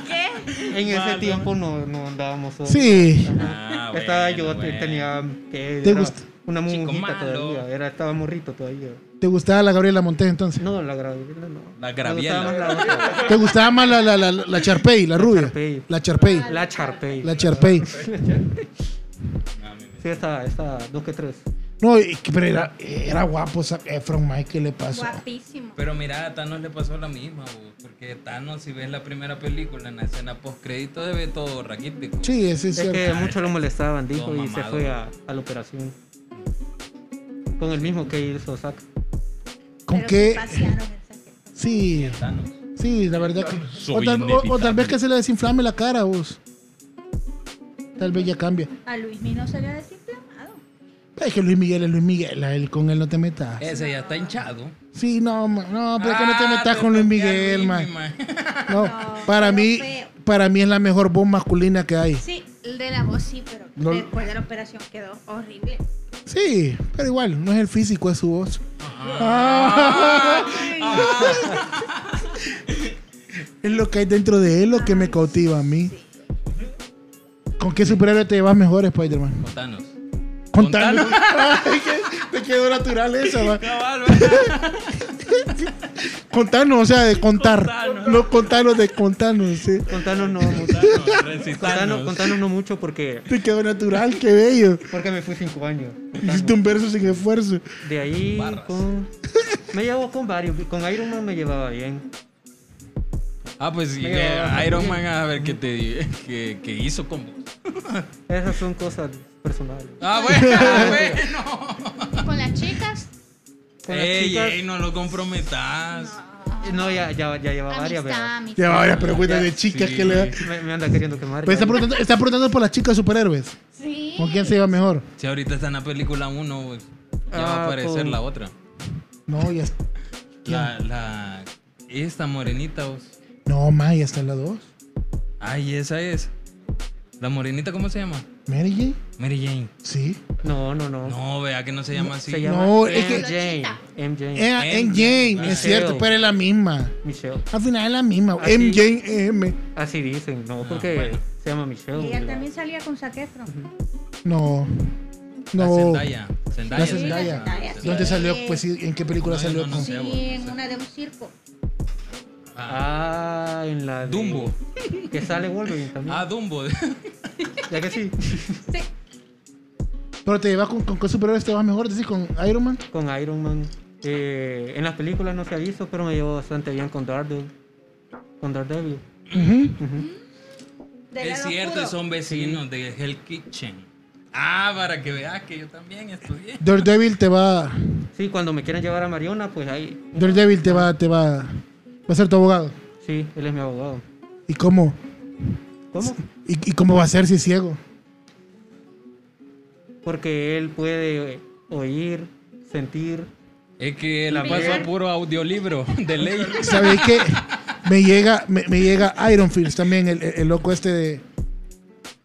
[SPEAKER 4] ¿qué?
[SPEAKER 6] En ese tiempo no, no andábamos solos.
[SPEAKER 3] Sí. *laughs*
[SPEAKER 2] Ah,
[SPEAKER 6] estaba
[SPEAKER 2] bueno,
[SPEAKER 6] yo, te-
[SPEAKER 2] bueno.
[SPEAKER 6] tenía que
[SPEAKER 3] ¿Te
[SPEAKER 6] era
[SPEAKER 3] gusta?
[SPEAKER 6] una
[SPEAKER 2] Chico
[SPEAKER 6] monjita
[SPEAKER 2] malo.
[SPEAKER 6] todavía, era, estaba morrito todavía.
[SPEAKER 3] ¿Te gustaba la Gabriela Montes entonces?
[SPEAKER 6] No, la Graviela no.
[SPEAKER 2] La
[SPEAKER 6] Me gustaba
[SPEAKER 2] Graviela.
[SPEAKER 6] más la
[SPEAKER 3] *laughs*
[SPEAKER 6] otra.
[SPEAKER 3] ¿Te gustaba más la, la, la, la Charpey, la rubia?
[SPEAKER 6] Charpey.
[SPEAKER 3] La Charpey.
[SPEAKER 6] La Charpey.
[SPEAKER 3] La Charpey.
[SPEAKER 6] Sí, estaba, estaba, dos que tres.
[SPEAKER 3] No, y- pero era, era guapo Zac Efron, Mike, ¿qué le pasó?
[SPEAKER 4] Guapísimo.
[SPEAKER 2] Pero mira, a Thanos le pasó la misma, bo, porque Thanos, si ves la primera película en la escena post-crédito, se ve todo raquítico.
[SPEAKER 3] Sí, sí,
[SPEAKER 6] Es
[SPEAKER 3] sí.
[SPEAKER 6] que mucho lo molestaban, dijo,
[SPEAKER 2] Todo
[SPEAKER 6] y se
[SPEAKER 2] mamado.
[SPEAKER 6] fue a, a la operación. Con el mismo que hizo Zack.
[SPEAKER 3] ¿Con
[SPEAKER 4] Pero
[SPEAKER 3] qué?
[SPEAKER 4] se pasearon en esa-
[SPEAKER 3] Sí,
[SPEAKER 2] Thanos.
[SPEAKER 3] sí, la verdad que. O
[SPEAKER 7] Soy
[SPEAKER 3] tal, o- o tal
[SPEAKER 7] inevitable.
[SPEAKER 3] vez que se le desinflame la cara, vos. Tal vez ya cambia.
[SPEAKER 4] A Luismi no se le ha desinflamado.
[SPEAKER 3] Es que Luis Miguel es Luis Miguel, a él, con él no te metas.
[SPEAKER 2] Ese ya está hinchado.
[SPEAKER 3] Sí, no, ma- no, pero es que no te
[SPEAKER 2] Eh. Ah,
[SPEAKER 3] metas con Luis
[SPEAKER 2] toqué a
[SPEAKER 3] Miguel,
[SPEAKER 2] Luis,
[SPEAKER 3] man.
[SPEAKER 2] mi man. *laughs*
[SPEAKER 3] No,
[SPEAKER 4] No,
[SPEAKER 3] para
[SPEAKER 4] pero
[SPEAKER 3] mí,
[SPEAKER 4] feo.
[SPEAKER 3] para mí es la mejor voz masculina que hay.
[SPEAKER 4] Sí, el de la voz sí, pero
[SPEAKER 3] No-
[SPEAKER 4] después de la operación quedó horrible.
[SPEAKER 3] Sí, pero igual, no es el físico, es su voz.
[SPEAKER 2] Ah.
[SPEAKER 3] es lo que hay dentro de él lo que me cautiva a mí. ¿Con qué superhéroe te llevas mejor, Spider-Man?
[SPEAKER 2] Con Thanos.
[SPEAKER 3] Con Thanos. Ay, qué- Te quedó natural esa, va.
[SPEAKER 2] Cabal, ¿verdad?
[SPEAKER 3] *laughs* Contanos, o sea, de contar.
[SPEAKER 2] Contanos.
[SPEAKER 3] No contanos de contanos, sí.
[SPEAKER 6] Contanos no mucho.
[SPEAKER 2] Thanos, recitanos.
[SPEAKER 6] Contanos, contanos no mucho porque,
[SPEAKER 3] Te quedó natural, qué bello.
[SPEAKER 6] porque me fui cinco años.
[SPEAKER 3] Hiciste un verso sin esfuerzo.
[SPEAKER 6] De ahí con- me llevo con varios. Con Iron Man me llevaba bien.
[SPEAKER 2] Ah, pues sí,
[SPEAKER 6] Pero-
[SPEAKER 2] eh, Iron Man, a ver qué te que, que hizo con vos.
[SPEAKER 6] Esas son cosas personales. *laughs*
[SPEAKER 2] Ah, bueno, bueno.
[SPEAKER 4] Con las chicas,
[SPEAKER 6] Con las
[SPEAKER 2] Ey,
[SPEAKER 6] chicas-
[SPEAKER 2] ey, no lo comprometas.
[SPEAKER 6] No, ya, ya, ya lleva varias, pero
[SPEAKER 4] amistad, amistad.
[SPEAKER 3] Ya varias preguntas de chicas
[SPEAKER 7] Sí.
[SPEAKER 3] que le da.
[SPEAKER 6] me, me anda queriendo quemar.
[SPEAKER 3] Pero
[SPEAKER 6] ya.
[SPEAKER 3] está preguntando, está preguntando por las chicas superhéroes.
[SPEAKER 4] Sí.
[SPEAKER 3] ¿Con quién se iba mejor?
[SPEAKER 2] Si ahorita está en la película 1, ya va a
[SPEAKER 6] Ah,
[SPEAKER 2] aparecer
[SPEAKER 6] con-
[SPEAKER 2] la otra.
[SPEAKER 3] No, ya.
[SPEAKER 2] La, la. Esta morenita, vos.
[SPEAKER 3] No, ma, ya está en la 2.
[SPEAKER 2] Ay, esa es. La morenita, ¿cómo se llama?
[SPEAKER 3] ¿Mary Jane?
[SPEAKER 2] Mary Jane.
[SPEAKER 3] Sí.
[SPEAKER 6] No, no, no.
[SPEAKER 2] No, vea que no se llama así.
[SPEAKER 6] Se llama
[SPEAKER 3] No,
[SPEAKER 6] no,
[SPEAKER 3] es que-
[SPEAKER 6] MJ. MJ.
[SPEAKER 3] Era
[SPEAKER 2] M.
[SPEAKER 3] M. Eh, Jane,
[SPEAKER 2] Claro.
[SPEAKER 3] es cierto, pero es la misma.
[SPEAKER 6] Michelle.
[SPEAKER 3] Al final es la misma.
[SPEAKER 6] Ah,
[SPEAKER 3] M.
[SPEAKER 6] sí.
[SPEAKER 3] Jane M.
[SPEAKER 6] Así dicen, no, porque
[SPEAKER 2] Ah, bueno.
[SPEAKER 6] se llama Michelle.
[SPEAKER 4] Y
[SPEAKER 6] la-
[SPEAKER 4] ella también salía con saquefro.
[SPEAKER 3] No.
[SPEAKER 2] La
[SPEAKER 3] No.
[SPEAKER 2] Zendaya. Zendaya.
[SPEAKER 3] La
[SPEAKER 2] se llama.
[SPEAKER 3] Zendaya.
[SPEAKER 4] Zendaya, sí.
[SPEAKER 3] ¿Dónde salió? Pues sí, ¿en qué película
[SPEAKER 2] No,
[SPEAKER 3] salió?
[SPEAKER 2] no, no
[SPEAKER 3] con-
[SPEAKER 2] sé.
[SPEAKER 4] Sí,
[SPEAKER 2] bueno,
[SPEAKER 4] en
[SPEAKER 2] sí.
[SPEAKER 4] una de un circo.
[SPEAKER 2] Ah,
[SPEAKER 6] Ah, en la. de-
[SPEAKER 2] Dumbo.
[SPEAKER 6] Que sale Wolverine también.
[SPEAKER 2] Ah, Dumbo. *laughs*
[SPEAKER 6] Ya que sí.
[SPEAKER 3] Pero te vas con, con qué superhéroes te vas mejor, decís con Iron Man.
[SPEAKER 6] Con Iron Man. Eh, en las películas no se ha visto, pero me llevo bastante bien con Daredevil. Con Daredevil.
[SPEAKER 4] Del
[SPEAKER 2] es
[SPEAKER 4] lado
[SPEAKER 2] cierto,
[SPEAKER 4] oscuro.
[SPEAKER 2] son vecinos de Hell Kitchen. Ah, para que veas que yo también estudié.
[SPEAKER 3] Daredevil te va.
[SPEAKER 6] Sí, cuando me quieran llevar a Mariona, pues ahí.
[SPEAKER 3] Daredevil te va, te va. Va a ser tu abogado.
[SPEAKER 6] Sí, él es mi abogado.
[SPEAKER 3] ¿Y cómo?
[SPEAKER 6] ¿Cómo?
[SPEAKER 3] ¿Y, y cómo va a ser si es ciego?
[SPEAKER 6] Porque él puede oír, sentir.
[SPEAKER 2] Es que la paso a puro audiolibro de ley.
[SPEAKER 3] ¿Sabéis qué? Me llega, me, me llega Iron Fist también, el, el- el loco este de.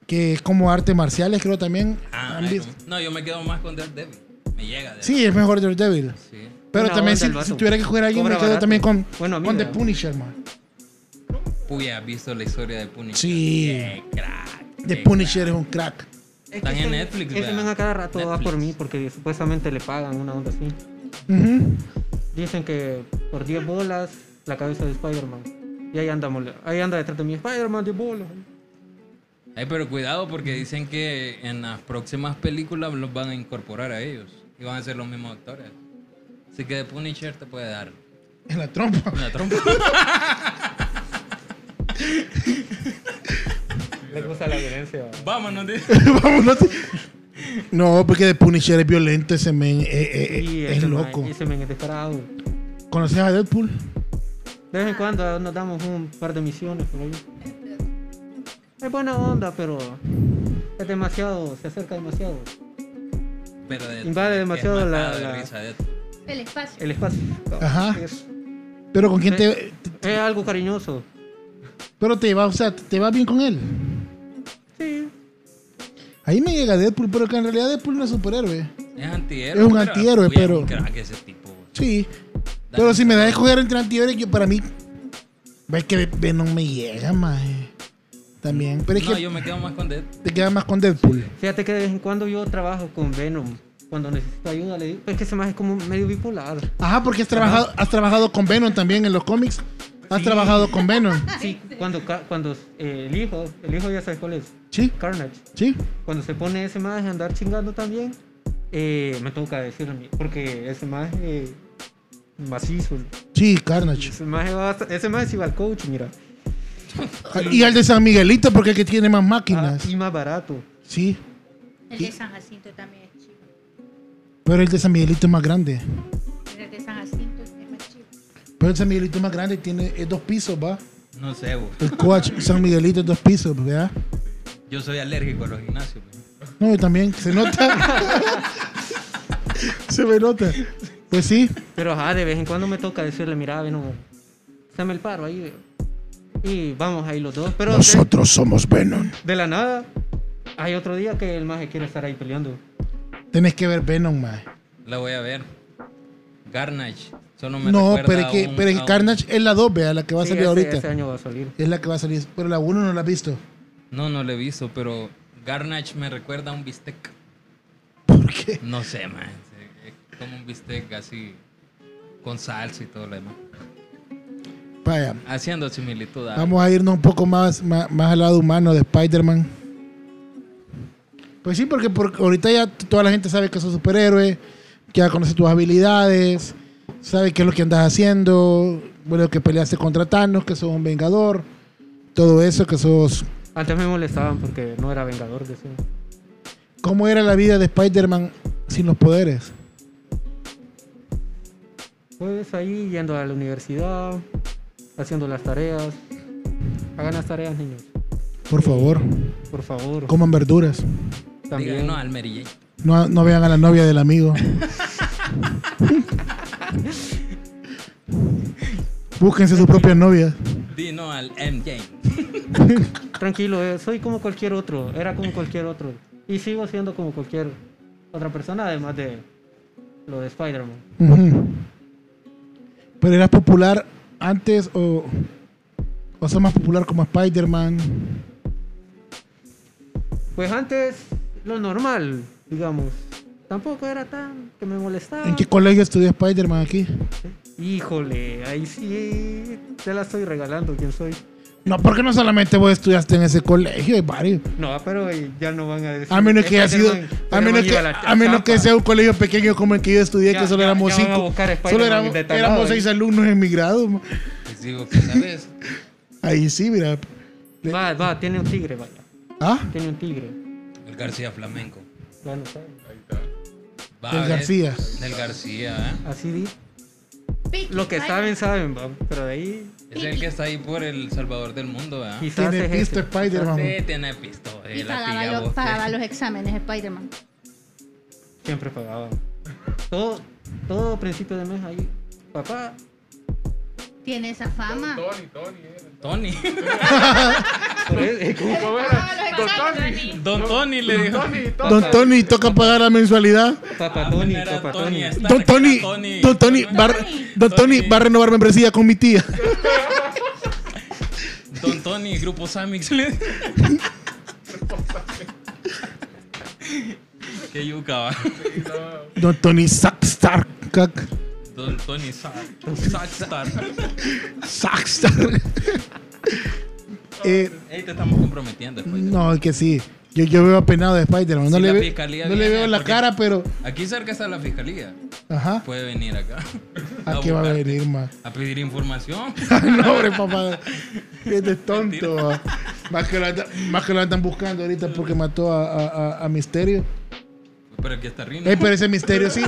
[SPEAKER 3] Que es como artes marciales, creo también.
[SPEAKER 2] Ah,
[SPEAKER 3] ¿Han visto?
[SPEAKER 2] no, yo me quedo más con Daredevil. Me llega. de-
[SPEAKER 3] Sí, es mejor Daredevil.
[SPEAKER 2] Sí.
[SPEAKER 3] Pero
[SPEAKER 6] Buena
[SPEAKER 3] también
[SPEAKER 6] onda
[SPEAKER 3] si,
[SPEAKER 6] el vato.
[SPEAKER 3] si tuviera que jugar a alguien, me
[SPEAKER 6] Cobra
[SPEAKER 3] quedo
[SPEAKER 6] barato.
[SPEAKER 3] también con,
[SPEAKER 6] Bueno, a mí
[SPEAKER 3] con
[SPEAKER 6] me
[SPEAKER 3] The
[SPEAKER 6] da.
[SPEAKER 3] Punisher, man.
[SPEAKER 2] Puya, ¿has visto la historia de Punisher?
[SPEAKER 3] Sí.
[SPEAKER 2] Qué crack.
[SPEAKER 3] The
[SPEAKER 2] qué
[SPEAKER 3] Punisher es un crack.
[SPEAKER 6] Es
[SPEAKER 2] Están
[SPEAKER 6] que
[SPEAKER 2] en
[SPEAKER 6] ese-
[SPEAKER 2] Netflix,
[SPEAKER 6] Ese
[SPEAKER 2] vea.
[SPEAKER 6] man a cada rato va por
[SPEAKER 2] Netflix.
[SPEAKER 6] mí porque supuestamente le pagan una onda así.
[SPEAKER 3] Ujú.
[SPEAKER 6] Dicen que por 10 bolas la cabeza de Spider-Man. Y ahí andamos, ahí anda detrás de mí, Spider-Man 10 bolas.
[SPEAKER 2] crack. Ay, pero cuidado porque dicen que en las próximas películas los van a incorporar a ellos. Y van a ser los mismos actores. Así que de Punisher te puede dar
[SPEAKER 3] En la trompa.
[SPEAKER 2] una trompa. *laughs*
[SPEAKER 6] Le gusta la violencia.
[SPEAKER 2] Vámonos. de-
[SPEAKER 3] Vámonos. No, porque The Punisher es violento, ese men eh, eh, eh, es
[SPEAKER 6] ese man-
[SPEAKER 3] loco.
[SPEAKER 6] y ese men es descarado.
[SPEAKER 3] ¿Conoces a Deadpool?
[SPEAKER 6] De vez en cuando nos damos un par de misiones por ahí. Es buena onda, pero es demasiado, se acerca demasiado
[SPEAKER 2] Pero de-
[SPEAKER 6] Invade
[SPEAKER 2] es
[SPEAKER 6] demasiado la-
[SPEAKER 2] matado de
[SPEAKER 6] la-
[SPEAKER 2] risa de-
[SPEAKER 4] El espacio.
[SPEAKER 6] el espacio.
[SPEAKER 3] Ajá.
[SPEAKER 6] Es,
[SPEAKER 3] Pero con quién te.
[SPEAKER 6] es algo cariñoso.
[SPEAKER 3] Pero te va, o sea, te va bien con él.
[SPEAKER 6] Sí.
[SPEAKER 3] Ahí me llega Deadpool, pero que en realidad Deadpool no es superhéroe.
[SPEAKER 2] Es antihéroe.
[SPEAKER 3] Es un
[SPEAKER 2] pero-
[SPEAKER 3] antihéroe,
[SPEAKER 2] Uy, es
[SPEAKER 3] pero-
[SPEAKER 2] un crack ese tipo.
[SPEAKER 3] Sí. Pero si me das a escoger entre antihéroes, yo para mí. Ves que Venom me llega más. También. Pero es
[SPEAKER 2] No,
[SPEAKER 3] que
[SPEAKER 2] yo me quedo más con Deadpool.
[SPEAKER 3] te queda más con Deadpool.
[SPEAKER 6] Fíjate que de vez en cuando yo trabajo con Venom. Cuando necesito ayuda, le digo, es que ese más es como medio bipolar.
[SPEAKER 3] Ajá, porque has trabajado, has trabajado con Venom también en los cómics. Has trabajado con Venom.
[SPEAKER 6] Sí, cuando, ca- cuando eh, el hijo, el hijo ya sabes cuál es,
[SPEAKER 3] Sí,
[SPEAKER 6] Carnage.
[SPEAKER 3] sí.
[SPEAKER 6] Cuando se pone ese maje a andar chingando también, eh, me toca decirlo a mí, porque ese maje eh, macizo.
[SPEAKER 3] Sí, Carnage.
[SPEAKER 6] Ese maje, va hasta- ese maje sí va al coach, mira.
[SPEAKER 3] Y al de San Miguelito, porque es que tiene más
[SPEAKER 6] Ah,
[SPEAKER 3] máquinas.
[SPEAKER 6] y más barato.
[SPEAKER 3] Sí,
[SPEAKER 4] El de San Jacinto también es chido.
[SPEAKER 3] pero el de San Miguelito es más grande.
[SPEAKER 4] El de San Jacinto es más chido.
[SPEAKER 3] Pero el San Miguelito es más grande, tiene es dos pisos, va.
[SPEAKER 2] No sé, bo.
[SPEAKER 3] El coach San Miguelito es dos pisos, ¿verdad?
[SPEAKER 2] yo soy alérgico a los gimnasios. bo.
[SPEAKER 3] No, yo también, se nota. *laughs* se me nota. Pues sí,
[SPEAKER 6] Pero ajá, de vez en cuando me toca decirle, mira, Venom, dame el paro ahí. veo". Y vamos ahí los dos, pero de,
[SPEAKER 3] nosotros somos Venom.
[SPEAKER 6] de la nada, hay otro día que el maje quiere estar ahí peleando.
[SPEAKER 3] Tenés que ver Venom, más.
[SPEAKER 2] La voy a ver. Carnage. Solo me
[SPEAKER 3] No,
[SPEAKER 2] recuerda
[SPEAKER 3] pero es
[SPEAKER 2] a
[SPEAKER 3] que,
[SPEAKER 2] un-
[SPEAKER 3] pero es
[SPEAKER 2] a
[SPEAKER 3] que
[SPEAKER 2] un-
[SPEAKER 3] Carnage es la 2, vea, la que va a
[SPEAKER 6] Sí,
[SPEAKER 3] salir
[SPEAKER 6] ese-
[SPEAKER 3] ahorita.
[SPEAKER 6] Ese año va a salir.
[SPEAKER 3] Es la que va a salir, pero la 1 no la has visto. *laughs*
[SPEAKER 2] No, no lo he visto, pero Garnage me recuerda a un bistec.
[SPEAKER 3] ¿Por qué?
[SPEAKER 2] No sé, man. Es como un bistec así con salsa y todo lo demás.
[SPEAKER 3] Vaya,
[SPEAKER 2] Haciendo similitud a...
[SPEAKER 3] Vamos a irnos un poco más, más, más al lado humano de Spider-Man. Pues sí, porque, porque ahorita ya t- toda la gente sabe que sos superhéroe, ya conoce tus habilidades, sabe qué es lo que andas haciendo, bueno, que peleaste contra Thanos, que sos un vengador, todo eso, que sos
[SPEAKER 6] Antes me molestaban porque no era Vengador, decían.
[SPEAKER 3] ¿Cómo era la vida de Spider-Man sin los poderes?
[SPEAKER 6] Pues ahí yendo a la universidad, haciendo las tareas. Hagan las tareas, niños,
[SPEAKER 3] Por favor,
[SPEAKER 6] por favor.
[SPEAKER 3] coman verduras.
[SPEAKER 6] También.
[SPEAKER 2] Digan, no, al Mary Jane.
[SPEAKER 3] No, no vean a la novia del amigo. Búsquense su propia novia.
[SPEAKER 2] Di no al MJ.
[SPEAKER 6] Tranquilo, eh, soy como cualquier otro, era como cualquier otro. Y sigo siendo como cualquier otra persona, además de lo de Spider-Man.
[SPEAKER 3] Ujú. Pero eras popular antes o, o sos más popular como Spider-Man.
[SPEAKER 6] Pues antes, lo normal, digamos. Tampoco era tan que me molestaba.
[SPEAKER 3] ¿En qué colegio estudió Spider-Man aquí?
[SPEAKER 6] Híjole, ahí sí te la estoy regalando, ¿quién soy?
[SPEAKER 3] No, porque no solamente vos estudiaste en ese colegio, hay varios.
[SPEAKER 6] No, pero eh, ya no van a decir.
[SPEAKER 3] A menos que haya sido,
[SPEAKER 6] Spider-Man,
[SPEAKER 3] a
[SPEAKER 6] Spider-Man
[SPEAKER 3] menos que,
[SPEAKER 6] iba la
[SPEAKER 3] a menos que
[SPEAKER 6] chapa.
[SPEAKER 3] sea un colegio pequeño como el que yo estudié,
[SPEAKER 6] Ya-
[SPEAKER 3] que solo
[SPEAKER 6] ya-
[SPEAKER 3] éramos
[SPEAKER 6] ya van a
[SPEAKER 3] cinco.
[SPEAKER 6] buscar a
[SPEAKER 3] Solo
[SPEAKER 6] Spider-Man
[SPEAKER 3] éramos,
[SPEAKER 6] detalado
[SPEAKER 3] éramos
[SPEAKER 6] ahí.
[SPEAKER 3] seis alumnos en mi grado. ma.
[SPEAKER 2] Les digo que sabes.
[SPEAKER 3] Ahí sí, mira.
[SPEAKER 6] Va, va, tiene un tigre, vaya.
[SPEAKER 3] Ah,
[SPEAKER 6] Tiene un tigre.
[SPEAKER 2] El García Flamenco.
[SPEAKER 6] Ya no sabe.
[SPEAKER 2] Va,
[SPEAKER 3] Del
[SPEAKER 2] ¿ves?
[SPEAKER 3] García.
[SPEAKER 2] Del García, ¿eh?
[SPEAKER 6] Así di.
[SPEAKER 4] Piqui,
[SPEAKER 6] Lo que
[SPEAKER 4] ay,
[SPEAKER 6] saben, saben, va. Pero de ahí
[SPEAKER 2] Es el que está ahí por el Salvador del Mundo, ¿eh?
[SPEAKER 6] quizás
[SPEAKER 3] Ah, tiene
[SPEAKER 6] es
[SPEAKER 3] pisto
[SPEAKER 6] ese.
[SPEAKER 3] Spider-Man. ma.
[SPEAKER 2] Sí, tiene pistola.
[SPEAKER 4] Y
[SPEAKER 2] la
[SPEAKER 4] pagaba,
[SPEAKER 2] tía
[SPEAKER 4] los-
[SPEAKER 2] vos,
[SPEAKER 4] pagaba
[SPEAKER 2] ¿eh?
[SPEAKER 4] los exámenes Spider-Man.
[SPEAKER 6] Siempre pagaba. Todo, todo principio de mes ahí. Papá,
[SPEAKER 4] Tiene esa fama.
[SPEAKER 7] Tony, Tony. eh.
[SPEAKER 2] *laughs* *laughs* Tony.
[SPEAKER 6] por él-
[SPEAKER 7] ¿Cómo
[SPEAKER 4] eh.
[SPEAKER 7] era? Don Tony.
[SPEAKER 2] Don Tony le dijo.
[SPEAKER 7] Tony, Tony.
[SPEAKER 3] Don Tony toca pagar la mensualidad.
[SPEAKER 6] Papá
[SPEAKER 2] Ah,
[SPEAKER 6] Tony,
[SPEAKER 2] bueno, era
[SPEAKER 6] papá
[SPEAKER 2] Tony
[SPEAKER 6] Tony.
[SPEAKER 2] Stark,
[SPEAKER 3] Don Tony,
[SPEAKER 2] era
[SPEAKER 3] Don Tony, va, a- Don Tony va a renovar membresía con mi tía.
[SPEAKER 2] *laughs* Don Tony, Grupo Samix. *laughs* Qué yuca, va.
[SPEAKER 3] Don Tony Zack Stark. cac,
[SPEAKER 2] Don Tony Sack- Sackstar.
[SPEAKER 3] Zack Stark. Eh,
[SPEAKER 2] Ey, te estamos comprometiendo, pues.
[SPEAKER 3] no, es que sí. Yo, yo veo apenado de Spider-Man. No,
[SPEAKER 2] Sí,
[SPEAKER 3] le,
[SPEAKER 2] la
[SPEAKER 3] ve-
[SPEAKER 2] fiscalía
[SPEAKER 3] no le
[SPEAKER 2] viene
[SPEAKER 3] veo la
[SPEAKER 2] porque- Pues,
[SPEAKER 3] cara, pero.
[SPEAKER 2] Aquí cerca está la fiscalía.
[SPEAKER 3] Ajá.
[SPEAKER 2] Puede venir acá.
[SPEAKER 3] *laughs* ¿A qué va a
[SPEAKER 2] buscar-
[SPEAKER 3] venir, ma? *laughs*
[SPEAKER 2] A pedir información.
[SPEAKER 3] no, hombre, papá. Este es tonto. ma. Más que, lo andan, más que lo andan buscando ahorita porque mató a, a- a- a Misterio.
[SPEAKER 2] Pero aquí está Rino.
[SPEAKER 3] Ey, pero ese Misterio sí.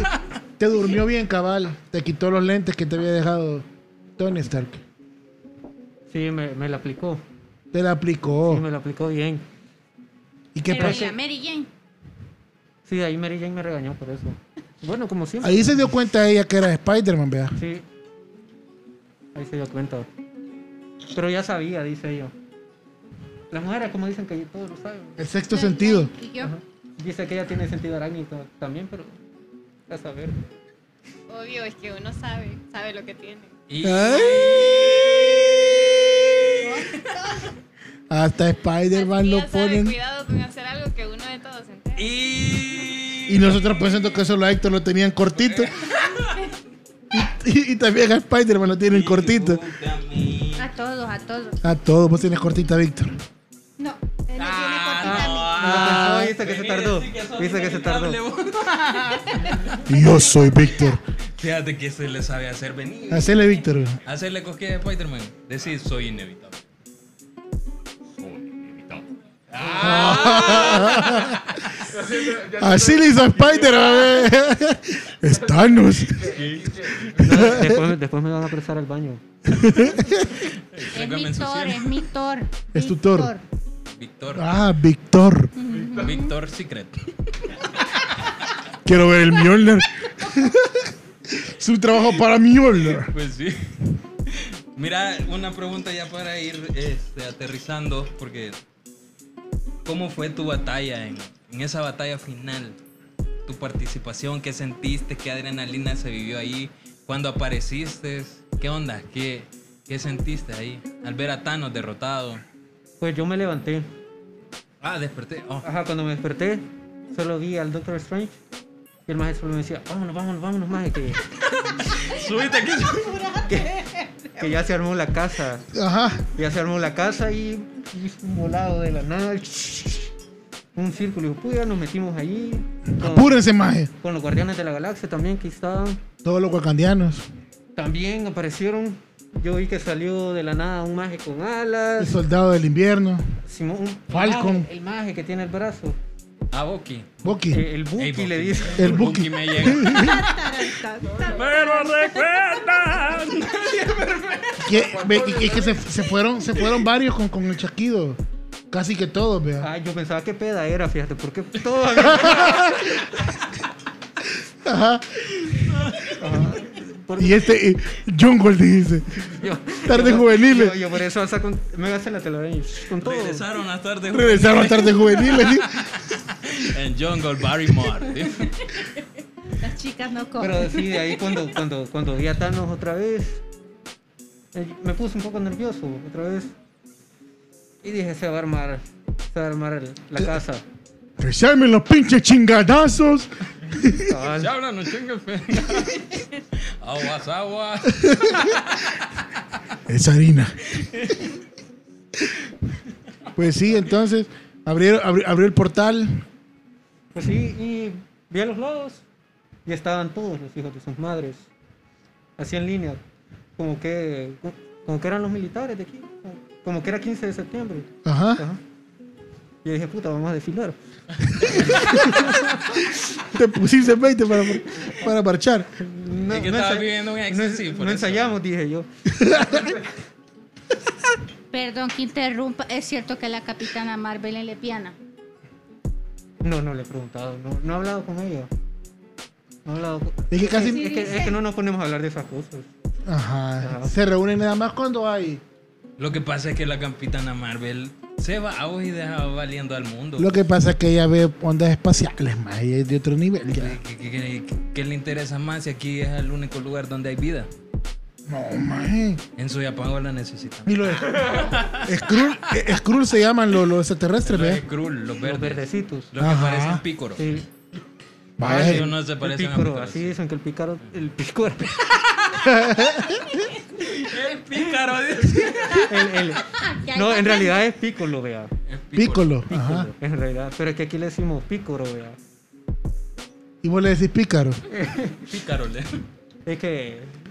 [SPEAKER 3] Te durmió bien, cabal. Te quitó los lentes que te había dejado Tony Stark.
[SPEAKER 6] Sí, me, me la aplicó.
[SPEAKER 3] Te la aplicó.
[SPEAKER 6] Sí, me la aplicó bien.
[SPEAKER 3] ¿Y qué
[SPEAKER 4] Pero
[SPEAKER 3] pasó?
[SPEAKER 4] ya Mary Jane.
[SPEAKER 6] Sí, ahí Mary Jane me regañó por eso. Bueno, como siempre.
[SPEAKER 3] Ahí se dio cuenta ella que era Spider-Man, vea.
[SPEAKER 6] Sí. Ahí se dio cuenta. Pero ya sabía, dice ella. Las mujeres, como dicen que todos lo saben.
[SPEAKER 3] El sexto sentido.
[SPEAKER 4] Y yo,
[SPEAKER 6] Ajá. Dice que ella tiene sentido arácnido también, pero a saber.
[SPEAKER 8] Obvio, es que uno sabe, sabe lo que tiene.
[SPEAKER 2] Y
[SPEAKER 3] Ay. Hasta Spider-Man
[SPEAKER 8] Así
[SPEAKER 3] lo
[SPEAKER 8] ya sabe,
[SPEAKER 3] ponen.
[SPEAKER 8] Cuidado con hacer algo que uno de todos se entere.
[SPEAKER 2] Y.
[SPEAKER 3] Y nosotros pensando que solo a Héctor lo tenían cortito. Y, y también a Spider-Man lo tienen cortito.
[SPEAKER 4] a todos, a todos.
[SPEAKER 3] A todos, vos tenés cortita, Víctor.
[SPEAKER 4] No, él no tiene
[SPEAKER 2] Ah,
[SPEAKER 6] Ah,
[SPEAKER 2] no,
[SPEAKER 6] viste que se
[SPEAKER 2] vení a
[SPEAKER 6] tardó,
[SPEAKER 2] decir sos
[SPEAKER 6] viste que se tardó.
[SPEAKER 2] inevitable, vos.
[SPEAKER 3] Y yo soy Víctor.
[SPEAKER 2] Fíjate que se le sabe hacer venir.
[SPEAKER 3] Hacele, Víctor.
[SPEAKER 2] Hacerle cosquillas a Spider-Man. Decir, soy inevitable.
[SPEAKER 3] Así Ah, le hizo a Spider-Man. Estanos.
[SPEAKER 6] No, después, después me van a prestar al baño.
[SPEAKER 4] Es
[SPEAKER 2] Sácame
[SPEAKER 4] mi
[SPEAKER 2] en su
[SPEAKER 4] Thor,
[SPEAKER 2] cielo.
[SPEAKER 4] es mi Thor.
[SPEAKER 3] Es tu
[SPEAKER 4] Mi
[SPEAKER 3] Thor.
[SPEAKER 2] Víctor.
[SPEAKER 3] Ah, Víctor.
[SPEAKER 2] Víctor Secret.
[SPEAKER 3] Quiero ver el Mjolnir. es un trabajo para Mjolnir.
[SPEAKER 2] Pues sí. *laughs* Mira, una pregunta ya para ir este, aterrizando, porque ¿cómo fue tu batalla en, en esa batalla final? Tu participación, qué sentiste, qué adrenalina se vivió ahí, cuando apareciste, qué onda, qué, qué sentiste ahí al ver a Thanos derrotado.
[SPEAKER 6] Pues yo me levanté.
[SPEAKER 2] Ah, desperté. Oh,
[SPEAKER 6] Ajá, cuando me desperté, solo vi al Doctor Strange. Y el maestro me decía, vámonos, vámonos, vámonos, maje, que,
[SPEAKER 2] *laughs* Súbete *laughs* aquí.
[SPEAKER 6] que ya se armó la casa.
[SPEAKER 3] Ajá.
[SPEAKER 6] Ya se armó la casa y, y un volado de la nada. Un círculo. Y dijo, "Puya, nos metimos ahí. Con,
[SPEAKER 3] Apúrense, maje.
[SPEAKER 6] con los guardianes de la galaxia también que estaban.
[SPEAKER 3] Todos los wakandianos.
[SPEAKER 6] También aparecieron Yo vi que salió de la nada un maje con alas.
[SPEAKER 3] El soldado del invierno.
[SPEAKER 6] Simón- un
[SPEAKER 3] Falcon.
[SPEAKER 6] maje, el maje que tiene el brazo.
[SPEAKER 2] A Boki.
[SPEAKER 3] Bucky.
[SPEAKER 6] El, el Buki
[SPEAKER 2] Ey, Ah, Bucky.
[SPEAKER 6] le dice.
[SPEAKER 3] el Buki.
[SPEAKER 2] me *laughs* llega. Pero recuerda.
[SPEAKER 3] Que, ve, que- que- que se, se fueron, se fueron varios con, con el chasquido. Casi que todos, vea.
[SPEAKER 6] Ah, yo pensaba que peda era, fíjate, porque todo.
[SPEAKER 3] Ajá. Y este, eh, Jungle dice.
[SPEAKER 6] Yo-
[SPEAKER 3] *laughs* Tarde
[SPEAKER 6] yo-
[SPEAKER 3] juveniles.
[SPEAKER 6] Yo, yo por eso hasta con- me gasté la telaraña y con todo.
[SPEAKER 2] Regresaron a tarde
[SPEAKER 3] Regresaron tarde juveniles. ¿sí?
[SPEAKER 2] en Jungle Barrymore.
[SPEAKER 4] Las chicas no comen.
[SPEAKER 6] Pero sí, de ahí cuando, cuando, cuando vi a Thanos otra vez, eh, me puse un poco nervioso otra vez. Y dije, se va a armar, se va a armar el- la casa.
[SPEAKER 3] Que se armen los pinches chingadazos.
[SPEAKER 6] Cabal.
[SPEAKER 7] Ya hablan, no chingas, fe.
[SPEAKER 2] *laughs* Aguas, aguas.
[SPEAKER 3] Es harina. Pues sí, entonces abrieron- abri- abrió, el portal.
[SPEAKER 6] Pues sí, y vi a los lados y estaban todos los hijos de sus madres, así en línea, como que, como que eran los militares de aquí, como- como que era 15 de septiembre.
[SPEAKER 3] Ajá.
[SPEAKER 6] Ajá. Yo dije, puta, vamos a desfilar.
[SPEAKER 3] Te pusiste 20 para, para marchar.
[SPEAKER 6] No,
[SPEAKER 2] Es que
[SPEAKER 6] no
[SPEAKER 2] estaba
[SPEAKER 6] ensay-
[SPEAKER 2] viviendo un
[SPEAKER 6] no,
[SPEAKER 2] éxtasis, por
[SPEAKER 6] no
[SPEAKER 2] eso.
[SPEAKER 6] ensayamos, dije yo.
[SPEAKER 4] Perdón que interrumpa. Es cierto que la capitana Marvel es lesbiana.
[SPEAKER 6] No, no le he preguntado, no, no he hablado con ella. No he hablado con-
[SPEAKER 3] Es que casi.
[SPEAKER 6] Es que, es que no nos ponemos a hablar de esas cosas.
[SPEAKER 3] Ajá.
[SPEAKER 6] Ajá.
[SPEAKER 3] Se reúnen nada más cuando hay.
[SPEAKER 2] Lo que pasa es que la capitana Marvel se va a vos y deja valiendo al mundo.
[SPEAKER 3] Lo que pasa es que ella ve ondas espaciales, más. Ella es de otro nivel ya.
[SPEAKER 2] ¿Qué, qué- qué- qué- qué le interesa más si aquí es el único lugar donde hay vida?
[SPEAKER 3] No, man.
[SPEAKER 2] En Soyapango la necesitamos.
[SPEAKER 3] Y los. Skrull, eh, Skrull se llaman los, los extraterrestres,
[SPEAKER 2] Los
[SPEAKER 3] ¿ve?
[SPEAKER 2] Skrull, los
[SPEAKER 6] Los
[SPEAKER 2] verdes.
[SPEAKER 6] verdecitos.
[SPEAKER 2] Los que
[SPEAKER 3] Ajá.
[SPEAKER 2] parecen pícoros.
[SPEAKER 6] Sí.
[SPEAKER 3] Vaya.
[SPEAKER 2] Ellos no se
[SPEAKER 6] El
[SPEAKER 2] parecen a
[SPEAKER 6] pícaro,
[SPEAKER 2] pícoros.
[SPEAKER 6] así dicen que el pícaro, el pícaro,
[SPEAKER 2] El pícaro, dice.
[SPEAKER 6] el- el- no, en realidad es pícolo, vea.
[SPEAKER 2] El pícoro.
[SPEAKER 3] Pícolo. Ajá.
[SPEAKER 6] Pícolo, En realidad, pero es que aquí le decimos pícoro, vea.
[SPEAKER 3] Y vos le decís pícaro.
[SPEAKER 2] Pícaro, le.
[SPEAKER 6] Es que,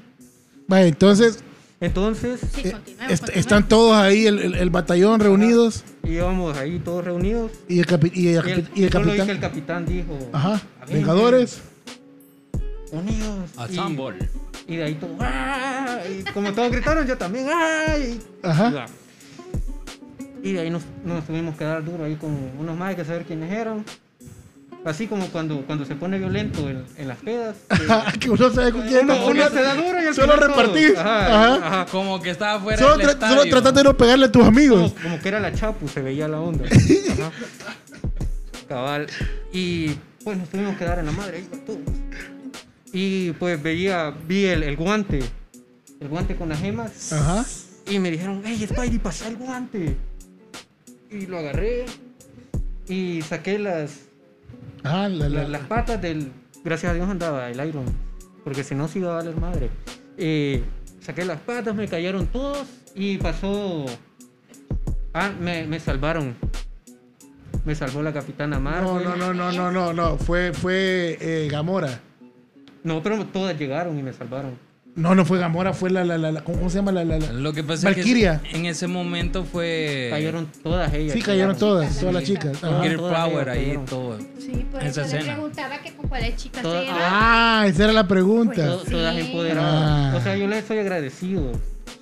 [SPEAKER 3] Vaya, entonces
[SPEAKER 6] entonces,
[SPEAKER 4] Sí,
[SPEAKER 3] eh,
[SPEAKER 4] continuemos,
[SPEAKER 3] est-
[SPEAKER 4] continuemos.
[SPEAKER 3] están todos ahí, el, el- el batallón reunidos.
[SPEAKER 6] íbamos ahí todos reunidos.
[SPEAKER 3] Y el, capi- y el
[SPEAKER 6] Y el,
[SPEAKER 3] capi- y el
[SPEAKER 6] solo oí que
[SPEAKER 3] capitán.
[SPEAKER 6] el capitán dijo,
[SPEAKER 3] Ajá. *laughs*
[SPEAKER 6] "Avengers,
[SPEAKER 3] Vengadores.
[SPEAKER 6] Unidos.
[SPEAKER 2] A
[SPEAKER 6] Y-
[SPEAKER 2] Zambol.
[SPEAKER 6] Y de ahí todo, ¡ah! Y como todos gritaron, yo también, ¡ah! Y,
[SPEAKER 3] Ajá.
[SPEAKER 6] y de ahí nos, nos tuvimos que dar duro ahí con unos más que saber quiénes eran. Así como cuando, cuando se pone violento en, en las pedas. que
[SPEAKER 3] que uno sabe con quién.
[SPEAKER 6] uno, uno se da duro y al
[SPEAKER 3] Solo
[SPEAKER 6] final todos.
[SPEAKER 3] repartís.
[SPEAKER 6] Ajá,
[SPEAKER 3] Ajá.
[SPEAKER 6] ajá.
[SPEAKER 2] Como que estaba fuera
[SPEAKER 3] Solo,
[SPEAKER 2] del
[SPEAKER 3] tra- solo
[SPEAKER 2] estadio.
[SPEAKER 3] tratate de no pegarle a tus amigos.
[SPEAKER 6] Como, como que era la chapu, se veía la onda. Ajá. Cabal. Y pues nos tuvimos que dar en la madre ahí con todos. Y pues veía, vi el, el guante. El guante con las gemas.
[SPEAKER 3] Ajá.
[SPEAKER 6] Y me dijeron, hey Spidey, pasa el guante. Y lo agarré y saqué las,
[SPEAKER 3] Ajá. Ah, La, la-
[SPEAKER 6] la- las patas del... Gracias a Dios andaba el Iron, porque si no se iba a valer madre. Eh, saqué las patas, me cayeron todos y pasó... Ah, me, me salvaron. Me salvó la capitana
[SPEAKER 3] No,
[SPEAKER 6] Marvel.
[SPEAKER 3] no, no, no, no, no, no. Fue, fue eh, Gamora.
[SPEAKER 6] No, pero todas llegaron y me salvaron.
[SPEAKER 3] No, no fue Gamora, fue la, la, la, la- ¿cómo cómo se llama? La, la, la-
[SPEAKER 2] Lo que pasa
[SPEAKER 3] Valkyria.
[SPEAKER 2] es que en ese momento fue.
[SPEAKER 6] Cayeron todas ellas.
[SPEAKER 3] Sí, cayeron
[SPEAKER 6] llegaron.
[SPEAKER 3] todas, todas las chicas. Ajá.
[SPEAKER 2] Girl
[SPEAKER 6] todas
[SPEAKER 2] Power
[SPEAKER 6] ellas
[SPEAKER 2] ahí
[SPEAKER 6] cayeron.
[SPEAKER 2] todo.
[SPEAKER 4] Sí, por
[SPEAKER 2] Esa
[SPEAKER 4] eso le
[SPEAKER 2] escena.
[SPEAKER 4] preguntaba que con cuáles chicas
[SPEAKER 6] Toda-
[SPEAKER 4] se llevan.
[SPEAKER 3] Ah, esa era la
[SPEAKER 4] Pues
[SPEAKER 3] pregunta.
[SPEAKER 6] To- Todas
[SPEAKER 4] Sí.
[SPEAKER 6] empoderadas.
[SPEAKER 3] Ah.
[SPEAKER 6] O sea, yo les estoy agradecido.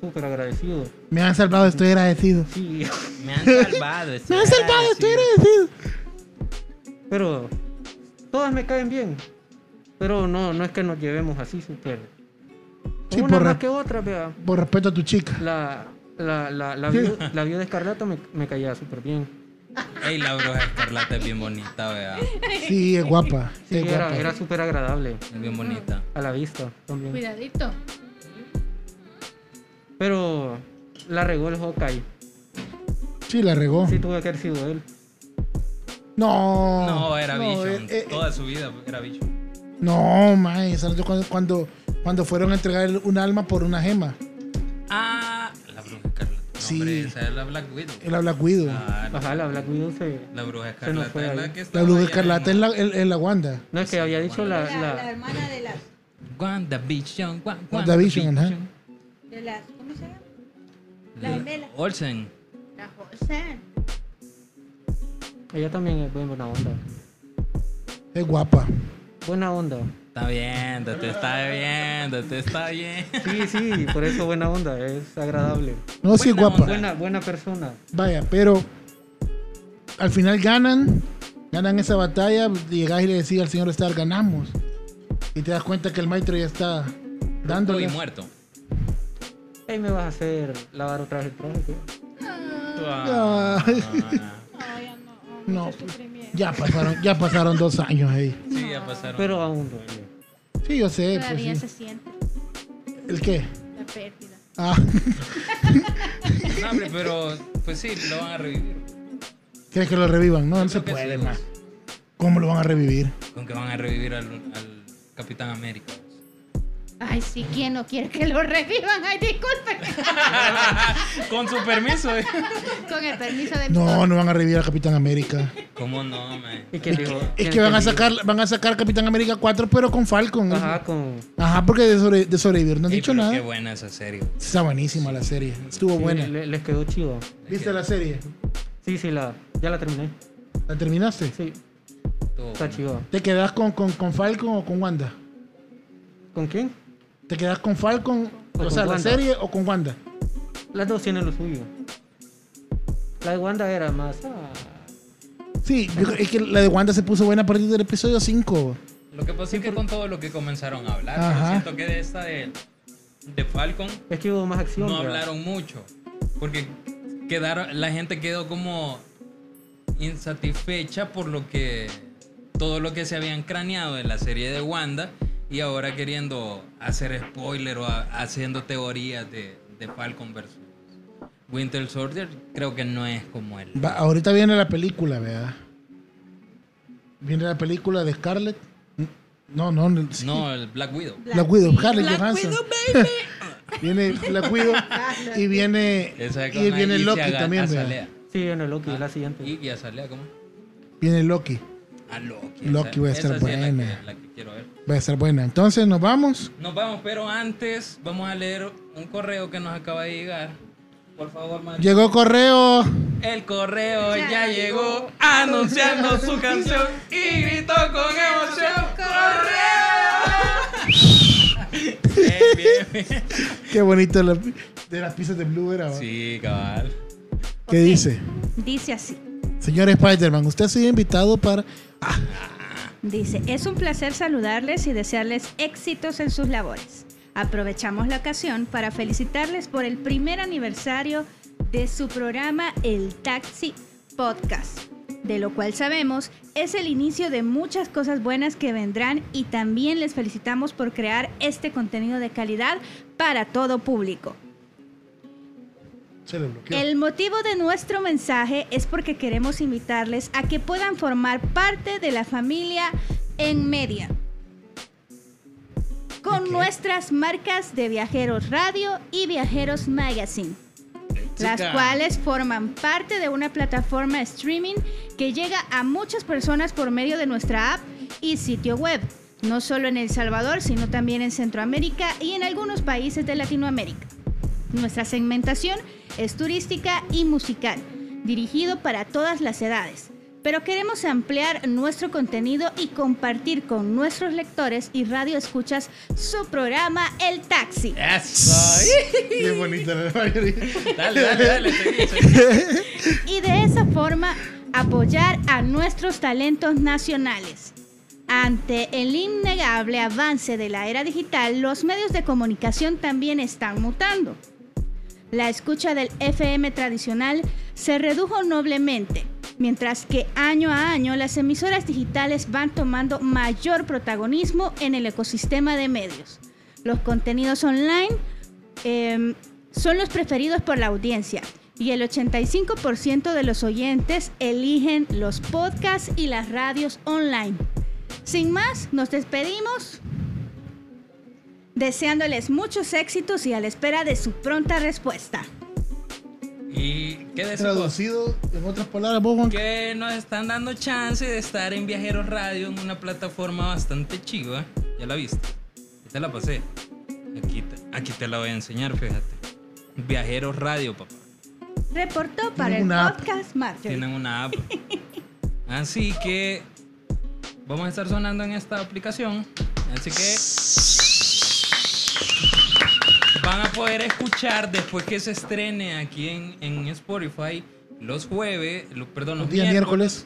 [SPEAKER 6] Súper agradecido.
[SPEAKER 3] Me han salvado, estoy agradecido.
[SPEAKER 6] Sí.
[SPEAKER 2] Me *laughs* han salvado.
[SPEAKER 3] Me han salvado, estoy agradecido.
[SPEAKER 6] Pero todas me caen bien. Pero no, no es que nos llevemos así súper.
[SPEAKER 3] Sí,
[SPEAKER 6] una
[SPEAKER 3] por
[SPEAKER 6] más
[SPEAKER 3] re-
[SPEAKER 6] que otra, vea.
[SPEAKER 3] Por respeto a tu chica.
[SPEAKER 6] La, la, la, la, viuda, la viuda escarlata me, me caía súper bien.
[SPEAKER 2] Ey, la bruja escarlata es bien bonita, vea.
[SPEAKER 3] Sí, es guapa.
[SPEAKER 6] Sí,
[SPEAKER 3] es
[SPEAKER 6] era
[SPEAKER 3] guapa.
[SPEAKER 6] era súper agradable
[SPEAKER 2] Es bien bonita.
[SPEAKER 6] a la vista también.
[SPEAKER 4] Cuidadito.
[SPEAKER 6] Pero la regó el Hawkeye.
[SPEAKER 3] Sí, la regó.
[SPEAKER 6] Sí, tuvo que haber sido él.
[SPEAKER 3] No.
[SPEAKER 2] No, era bicho.
[SPEAKER 3] eh, eh,
[SPEAKER 2] Toda su vida era bicho.
[SPEAKER 3] No, mae, esa noche cuando, cuando, cuando fueron a entregar un alma por una gema.
[SPEAKER 2] Ah, la bruja escarlata. No,
[SPEAKER 3] Sí. Eh.
[SPEAKER 2] hombre, esa es la Black Widow.
[SPEAKER 3] El habla Guido.
[SPEAKER 2] Ah, la,
[SPEAKER 6] Ajá, la Black Widow se.
[SPEAKER 2] la bruja
[SPEAKER 6] Se nos
[SPEAKER 2] escarlata
[SPEAKER 6] fue
[SPEAKER 2] es
[SPEAKER 6] ahí.
[SPEAKER 2] la que está.
[SPEAKER 3] La luz escarlata es la, el- el la Wanda.
[SPEAKER 6] No, es que había dicho la. la-
[SPEAKER 2] WandaVision, Wa-
[SPEAKER 3] WandaVision, ajá.
[SPEAKER 9] de las, ¿cómo se llama? La gemela.
[SPEAKER 2] Olsen.
[SPEAKER 9] La José.
[SPEAKER 6] Ella también es buen- buena onda.
[SPEAKER 3] Es guapa.
[SPEAKER 6] Buena onda.
[SPEAKER 2] Está viendo, te está viendo, te está bien.
[SPEAKER 6] Sí, sí, por eso buena onda, es agradable.
[SPEAKER 3] No, sí es
[SPEAKER 2] Buena
[SPEAKER 3] guapa.
[SPEAKER 2] onda.
[SPEAKER 6] Buena, buena persona.
[SPEAKER 3] Vaya, pero al final ganan, ganan esa batalla, llegas y le decís al señor Stark, ganamos. Y te das cuenta que el maestro ya está dándole.
[SPEAKER 2] Estoy muerto.
[SPEAKER 6] Ahí me vas a hacer lavar otra vez el traje. ¿qué?
[SPEAKER 2] Ah,
[SPEAKER 3] No, pues, ya pasaron, ya pasaron dos años ahí.
[SPEAKER 2] sí, ya pasaron.
[SPEAKER 6] Pero aún duele.
[SPEAKER 3] Sí, yo sé. pues,
[SPEAKER 9] Todavía
[SPEAKER 3] sí.
[SPEAKER 9] se siente
[SPEAKER 3] ¿El qué?
[SPEAKER 9] la pérdida.
[SPEAKER 3] Ah, *laughs*
[SPEAKER 2] No, hombre, pero pues sí, lo van a revivir.
[SPEAKER 3] ¿Crees que lo revivan? No, no
[SPEAKER 2] Yo
[SPEAKER 3] se
[SPEAKER 2] creo que
[SPEAKER 3] puede
[SPEAKER 2] sí,
[SPEAKER 3] más. ¿Cómo lo van a revivir?
[SPEAKER 2] Con que van a revivir al, al Capitán América.
[SPEAKER 9] Ay, sí, ¿quién no quiere que lo revivan? Ay,
[SPEAKER 4] *laughs*
[SPEAKER 9] disculpen.
[SPEAKER 2] Con su permiso. eh.
[SPEAKER 9] Con el permiso de mi
[SPEAKER 3] No,
[SPEAKER 9] papá.
[SPEAKER 3] no van a revivir a Capitán América.
[SPEAKER 2] ¿Cómo no, man?
[SPEAKER 6] ¿Y quién dijo?
[SPEAKER 3] Es
[SPEAKER 6] ¿Quién-
[SPEAKER 3] que van
[SPEAKER 6] quién
[SPEAKER 3] a
[SPEAKER 6] dijo?
[SPEAKER 3] sacar, van a sacar Capitán América 4, pero con Falcon.
[SPEAKER 6] Ajá, con.
[SPEAKER 3] Ajá, porque de, sobre- de sobrevivir no han
[SPEAKER 2] Ey,
[SPEAKER 3] dicho
[SPEAKER 2] pero
[SPEAKER 3] nada.
[SPEAKER 2] Qué buena esa serie.
[SPEAKER 3] Está buenísima la serie. Estuvo
[SPEAKER 6] sí,
[SPEAKER 3] buena.
[SPEAKER 6] le- les quedó chido.
[SPEAKER 3] ¿Viste la serie?
[SPEAKER 6] Sí, sí, la, ya la terminé.
[SPEAKER 3] ¿La terminaste?
[SPEAKER 6] Sí,
[SPEAKER 2] Estuvo
[SPEAKER 6] está
[SPEAKER 2] buena.
[SPEAKER 6] chido.
[SPEAKER 3] ¿Te quedás con, con, con Falcon o con Wanda?
[SPEAKER 6] ¿Con quién?
[SPEAKER 3] ¿Te quedás con Falcon, o,
[SPEAKER 6] O con
[SPEAKER 3] sea, la
[SPEAKER 6] Wanda.
[SPEAKER 3] serie o con Wanda?
[SPEAKER 6] Las dos tienen lo suyo. La de Wanda era más. ah,
[SPEAKER 3] Sí, yo creo- es que la de Wanda se puso buena a partir del episodio 5.
[SPEAKER 2] Lo que pasa es que con todo lo que comenzaron a hablar,
[SPEAKER 3] Ajá.
[SPEAKER 2] yo siento que de esta de, de Falcon
[SPEAKER 6] es que hubo más acción.
[SPEAKER 2] no
[SPEAKER 6] ¿verdad?
[SPEAKER 2] hablaron mucho. Porque quedaron, la gente quedó como insatisfecha por lo que. todo lo que se habían craneado en la serie de Wanda. Y ahora queriendo hacer spoiler o a- haciendo teorías de, de Falcon versus Winter Soldier, creo que no es como él.
[SPEAKER 3] Va- ahorita viene la película, ¿verdad? Viene la película de Scarlett. No, no, no, sí.
[SPEAKER 2] No, el Black Widow.
[SPEAKER 3] La Widow, Ah, Scarlett Johansson. *laughs* viene la *laughs* Widow y viene,
[SPEAKER 2] Esa
[SPEAKER 3] y
[SPEAKER 2] con
[SPEAKER 3] viene
[SPEAKER 2] Alicia
[SPEAKER 3] Loki
[SPEAKER 2] Aga-
[SPEAKER 3] también, ¿verdad?
[SPEAKER 2] Azalea.
[SPEAKER 6] Sí, en el Loki, la siguiente.
[SPEAKER 2] Y, y Azalea, ¿cómo?
[SPEAKER 3] Viene Loki.
[SPEAKER 2] A Loki.
[SPEAKER 3] Loki
[SPEAKER 2] esa-
[SPEAKER 3] va a estar
[SPEAKER 2] esa sí es la que-
[SPEAKER 3] buena.
[SPEAKER 2] la que quiero ver.
[SPEAKER 3] Va a estar buena. Entonces, nos vamos.
[SPEAKER 2] Nos vamos, pero antes vamos a leer un correo que nos acaba de llegar. Por favor, Mario.
[SPEAKER 3] Llegó correo.
[SPEAKER 2] El correo ya, llegó *laughs* anunciando su canción y gritó con emoción *laughs* ¡Correo! bien, bien, bien.
[SPEAKER 3] Qué bonito la- de las pizzas de Blue era. ¿va?
[SPEAKER 2] Sí, cabal.
[SPEAKER 3] ¿Qué dice?
[SPEAKER 4] Dice así.
[SPEAKER 3] Señor Spider-Man, usted ha sido invitado para.
[SPEAKER 4] Dice, es un placer saludarles y desearles éxitos en sus labores. Aprovechamos la ocasión para felicitarles por el primer aniversario de su programa El Taxi Podcast, de lo cual sabemos es el inicio de muchas cosas buenas que vendrán y también les felicitamos por crear este contenido de calidad para todo público.
[SPEAKER 3] Se le bloqueó.
[SPEAKER 4] El motivo de nuestro mensaje es porque queremos invitarles a que puedan formar parte de la familia en media. Con nuestras marcas de Viajeros Radio y Viajeros Magazine, las
[SPEAKER 2] Chica.
[SPEAKER 4] cuales forman parte de una plataforma streaming que llega a muchas personas por medio de nuestra app y sitio web, no solo en El Salvador, sino también en Centroamérica y en algunos países de Latinoamérica. Nuestra segmentación es turística y musical, dirigido para todas las edades. Pero queremos ampliar nuestro contenido y compartir con nuestros lectores y radioescuchas su programa El Taxi.
[SPEAKER 2] Eso.
[SPEAKER 3] Qué bonito la mayoría.
[SPEAKER 2] Dale, dale, dale. seguí,
[SPEAKER 3] *laughs*
[SPEAKER 2] seguí.
[SPEAKER 4] Y de esa forma apoyar a nuestros talentos nacionales. Ante el innegable avance de la era digital, los medios de comunicación también están mutando. La escucha del FM tradicional se redujo noblemente, mientras que año a año las emisoras digitales van tomando mayor protagonismo en el ecosistema de medios. Los contenidos online eh, son los preferidos por la audiencia y el 85% de los oyentes eligen los podcasts y las radios online. Sin más, nos despedimos deseándoles muchos éxitos y a la espera de su pronta respuesta.
[SPEAKER 2] Y quédese con-
[SPEAKER 3] Traducido en otras palabras, vos, Juan.
[SPEAKER 2] que nos están dando chance de estar en Viajeros Radio en una plataforma bastante chiva. Ya la viste. Ya te la pasé. Aquí está. Aquí te la voy a enseñar, fíjate. Viajeros Radio, papá.
[SPEAKER 1] Reportó para
[SPEAKER 3] Tienen
[SPEAKER 1] el
[SPEAKER 3] una app.
[SPEAKER 1] podcast Marjorie.
[SPEAKER 2] Tienen una
[SPEAKER 3] *laughs*
[SPEAKER 2] app. Así que vamos a estar sonando en esta aplicación. Así que van a poder escuchar después que se estrene aquí en, en Spotify los jueves, lo- perdón, los
[SPEAKER 3] Los días miércoles.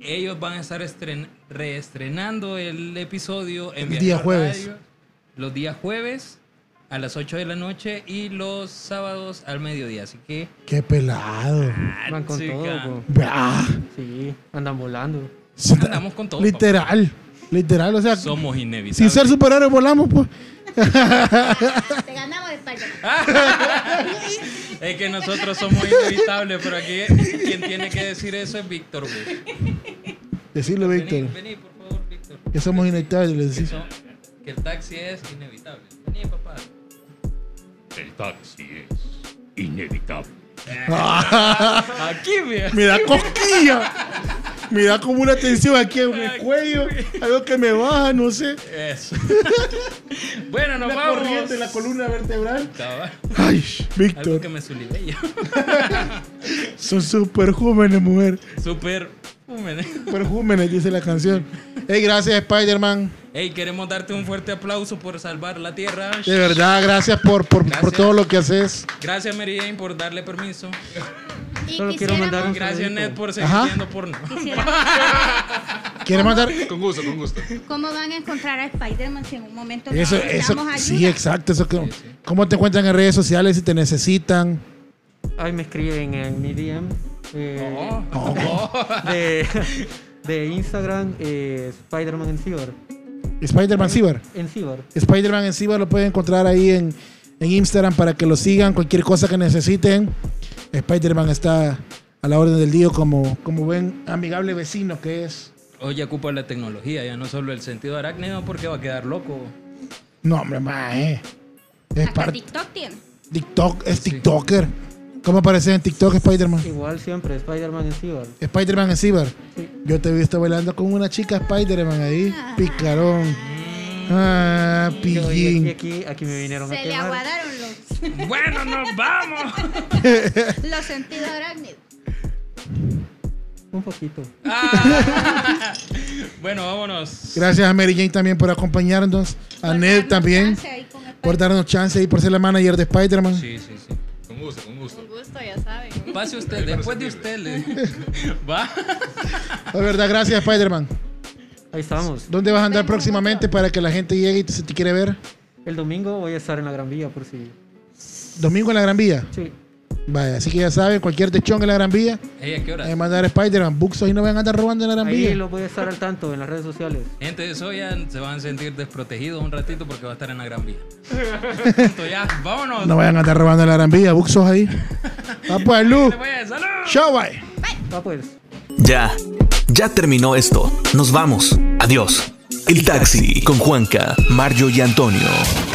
[SPEAKER 2] Ellos van a estar estren- reestrenando el episodio en
[SPEAKER 3] El
[SPEAKER 2] Viajeros
[SPEAKER 3] día jueves.
[SPEAKER 2] Radio, los días jueves a las 8 de la noche y los sábados al mediodía. Así que
[SPEAKER 3] Qué pelado.
[SPEAKER 2] Ah.
[SPEAKER 3] Ah,
[SPEAKER 6] Van con
[SPEAKER 2] chica.
[SPEAKER 6] todo, po.
[SPEAKER 3] Bah,
[SPEAKER 6] Sí, andan volando.
[SPEAKER 3] se-
[SPEAKER 2] Andamos con todo,
[SPEAKER 3] Literal. Literal, o sea,
[SPEAKER 2] somos inevitables.
[SPEAKER 3] sin ser superhéroes volamos, pues.
[SPEAKER 4] Te ganamos de
[SPEAKER 8] *laughs*
[SPEAKER 4] espalda.
[SPEAKER 2] *laughs* Es que nosotros somos inevitables, pero aquí quien tiene que decir eso es Víctor. güey.
[SPEAKER 3] Decirle,
[SPEAKER 2] Vení,
[SPEAKER 3] Víctor,
[SPEAKER 2] vení, por favor, Víctor.
[SPEAKER 3] que somos inevitables. le
[SPEAKER 2] Que,
[SPEAKER 3] decís.
[SPEAKER 2] son- que el taxi es inevitable. Vení, papá.
[SPEAKER 10] El taxi es inevitable.
[SPEAKER 2] Aquí, mira.
[SPEAKER 3] Ah, *laughs* Me da cosquilla. Me da como una tensión aquí en mi cuello. Algo que me baja, no sé.
[SPEAKER 2] Eso. *laughs* bueno, nos
[SPEAKER 3] La
[SPEAKER 2] vamos.
[SPEAKER 3] corriente en la columna vertebral.
[SPEAKER 2] Estaba-
[SPEAKER 3] Ay,
[SPEAKER 2] Algo
[SPEAKER 3] Víctor,
[SPEAKER 2] que me sulivé yo.
[SPEAKER 3] son súper jóvenes, mujer.
[SPEAKER 2] Súper. húmedo.
[SPEAKER 3] Súper jóvenes, dice
[SPEAKER 2] *laughs*
[SPEAKER 3] la canción. Hey, gracias, Spider-Man.
[SPEAKER 2] Hey, queremos darte un fuerte aplauso por salvar la tierra.
[SPEAKER 3] De verdad, gracias por, por, por
[SPEAKER 2] Gracias.
[SPEAKER 3] todo lo que haces.
[SPEAKER 2] Gracias, Mary Jane, por darle permiso.
[SPEAKER 4] Y
[SPEAKER 6] Solo quiero
[SPEAKER 4] quisiéramos-
[SPEAKER 6] mandar un
[SPEAKER 2] Gracias,
[SPEAKER 6] saludito.
[SPEAKER 2] Ned, por seguir
[SPEAKER 3] Ajá.
[SPEAKER 2] viendo porno.
[SPEAKER 1] Quisiéramos-
[SPEAKER 3] ¿Quieres mandar?
[SPEAKER 7] Con gusto, con gusto.
[SPEAKER 1] ¿Cómo van a encontrar a Spider-Man si en un momento
[SPEAKER 3] Eso, eso,
[SPEAKER 1] necesitamos ayuda?
[SPEAKER 3] sí, exacto. Eso, que- ¿Cómo te encuentran en redes sociales si te necesitan?
[SPEAKER 6] Ahí me escriben en mi DM. eh,
[SPEAKER 2] Oh.
[SPEAKER 6] de,
[SPEAKER 3] Oh.
[SPEAKER 6] *laughs* de Instagram, eh, Spider-Man en Ciber.
[SPEAKER 3] Spider-Man Ciber.
[SPEAKER 6] En Ciber.
[SPEAKER 3] Spider-Man en Ciber lo pueden encontrar ahí en, en Instagram para que lo sigan. Cualquier cosa que necesiten. Spider-Man está a la orden del día como, como buen amigable vecino que es.
[SPEAKER 2] Hoy ocupa la tecnología, ya no solo el sentido arácnido, porque va a quedar loco.
[SPEAKER 3] No, hombre, más, eh. Es
[SPEAKER 1] Hasta
[SPEAKER 3] parte.
[SPEAKER 1] TikTok tiene.
[SPEAKER 3] TikTok, es TikToker. ¿Cómo apareces en TikTok, Spider-Man?
[SPEAKER 6] Igual siempre, Spider-Man en Ciber.
[SPEAKER 3] Spider-Man en Ciber. Yo te he visto bailando con una chica Spider-Man ahí. Picarón. Ah,
[SPEAKER 6] Y aquí,
[SPEAKER 3] pillín.
[SPEAKER 6] aquí, aquí me vinieron a
[SPEAKER 4] Se le
[SPEAKER 6] quemar.
[SPEAKER 4] aguadaron los, *laughs*
[SPEAKER 2] Bueno, nos vamos.
[SPEAKER 4] los sentidos arácnidos.
[SPEAKER 6] Un poquito.
[SPEAKER 2] Ah. bueno, vámonos.
[SPEAKER 3] Gracias a Mary Jane también por acompañarnos. A Ned también
[SPEAKER 4] Chance ahí con
[SPEAKER 1] pues.
[SPEAKER 4] Spider-Man.
[SPEAKER 3] por darnos chance y por ser la manager de Spider-Man.
[SPEAKER 2] Sí, sí, sí.
[SPEAKER 7] Con gusto, con
[SPEAKER 8] Un
[SPEAKER 7] gusto.
[SPEAKER 8] gusto, ya saben.
[SPEAKER 2] Pase usted, después de usted. le- Va.
[SPEAKER 3] La verdad, gracias Spider-Man.
[SPEAKER 6] Ahí estamos.
[SPEAKER 3] ¿Dónde vas a andar próximamente para que la gente llegue y te- si te quiere ver?
[SPEAKER 6] El domingo voy a estar en la Gran Vía por si.
[SPEAKER 3] Domingo en la Gran Vía.
[SPEAKER 6] Sí.
[SPEAKER 3] Vaya, así que ya saben, cualquier techón en la Gran Vía,
[SPEAKER 2] Ey, ¿a qué hora?
[SPEAKER 3] hay que mandar a Spider-Man. Buxo ahí no van a andar robando en la Gran
[SPEAKER 6] Ahí
[SPEAKER 3] Vía.
[SPEAKER 6] los voy a estar al tanto en las redes sociales.
[SPEAKER 2] Gente de Soya se van a sentir desprotegidos un ratito porque va a estar en la Gran
[SPEAKER 3] *laughs*
[SPEAKER 2] Vía. Listo, ya, vámonos.
[SPEAKER 3] No vayan a andar robando en la Gran Vía, Buxos ahí. Ah, pues, Lu.
[SPEAKER 2] Pues, ¡salud!
[SPEAKER 3] Chao, bye.
[SPEAKER 6] Ah, pues.
[SPEAKER 5] Ya, ya terminó esto. Nos vamos. Adiós. El taxi con Juanca, Mario y Antonio.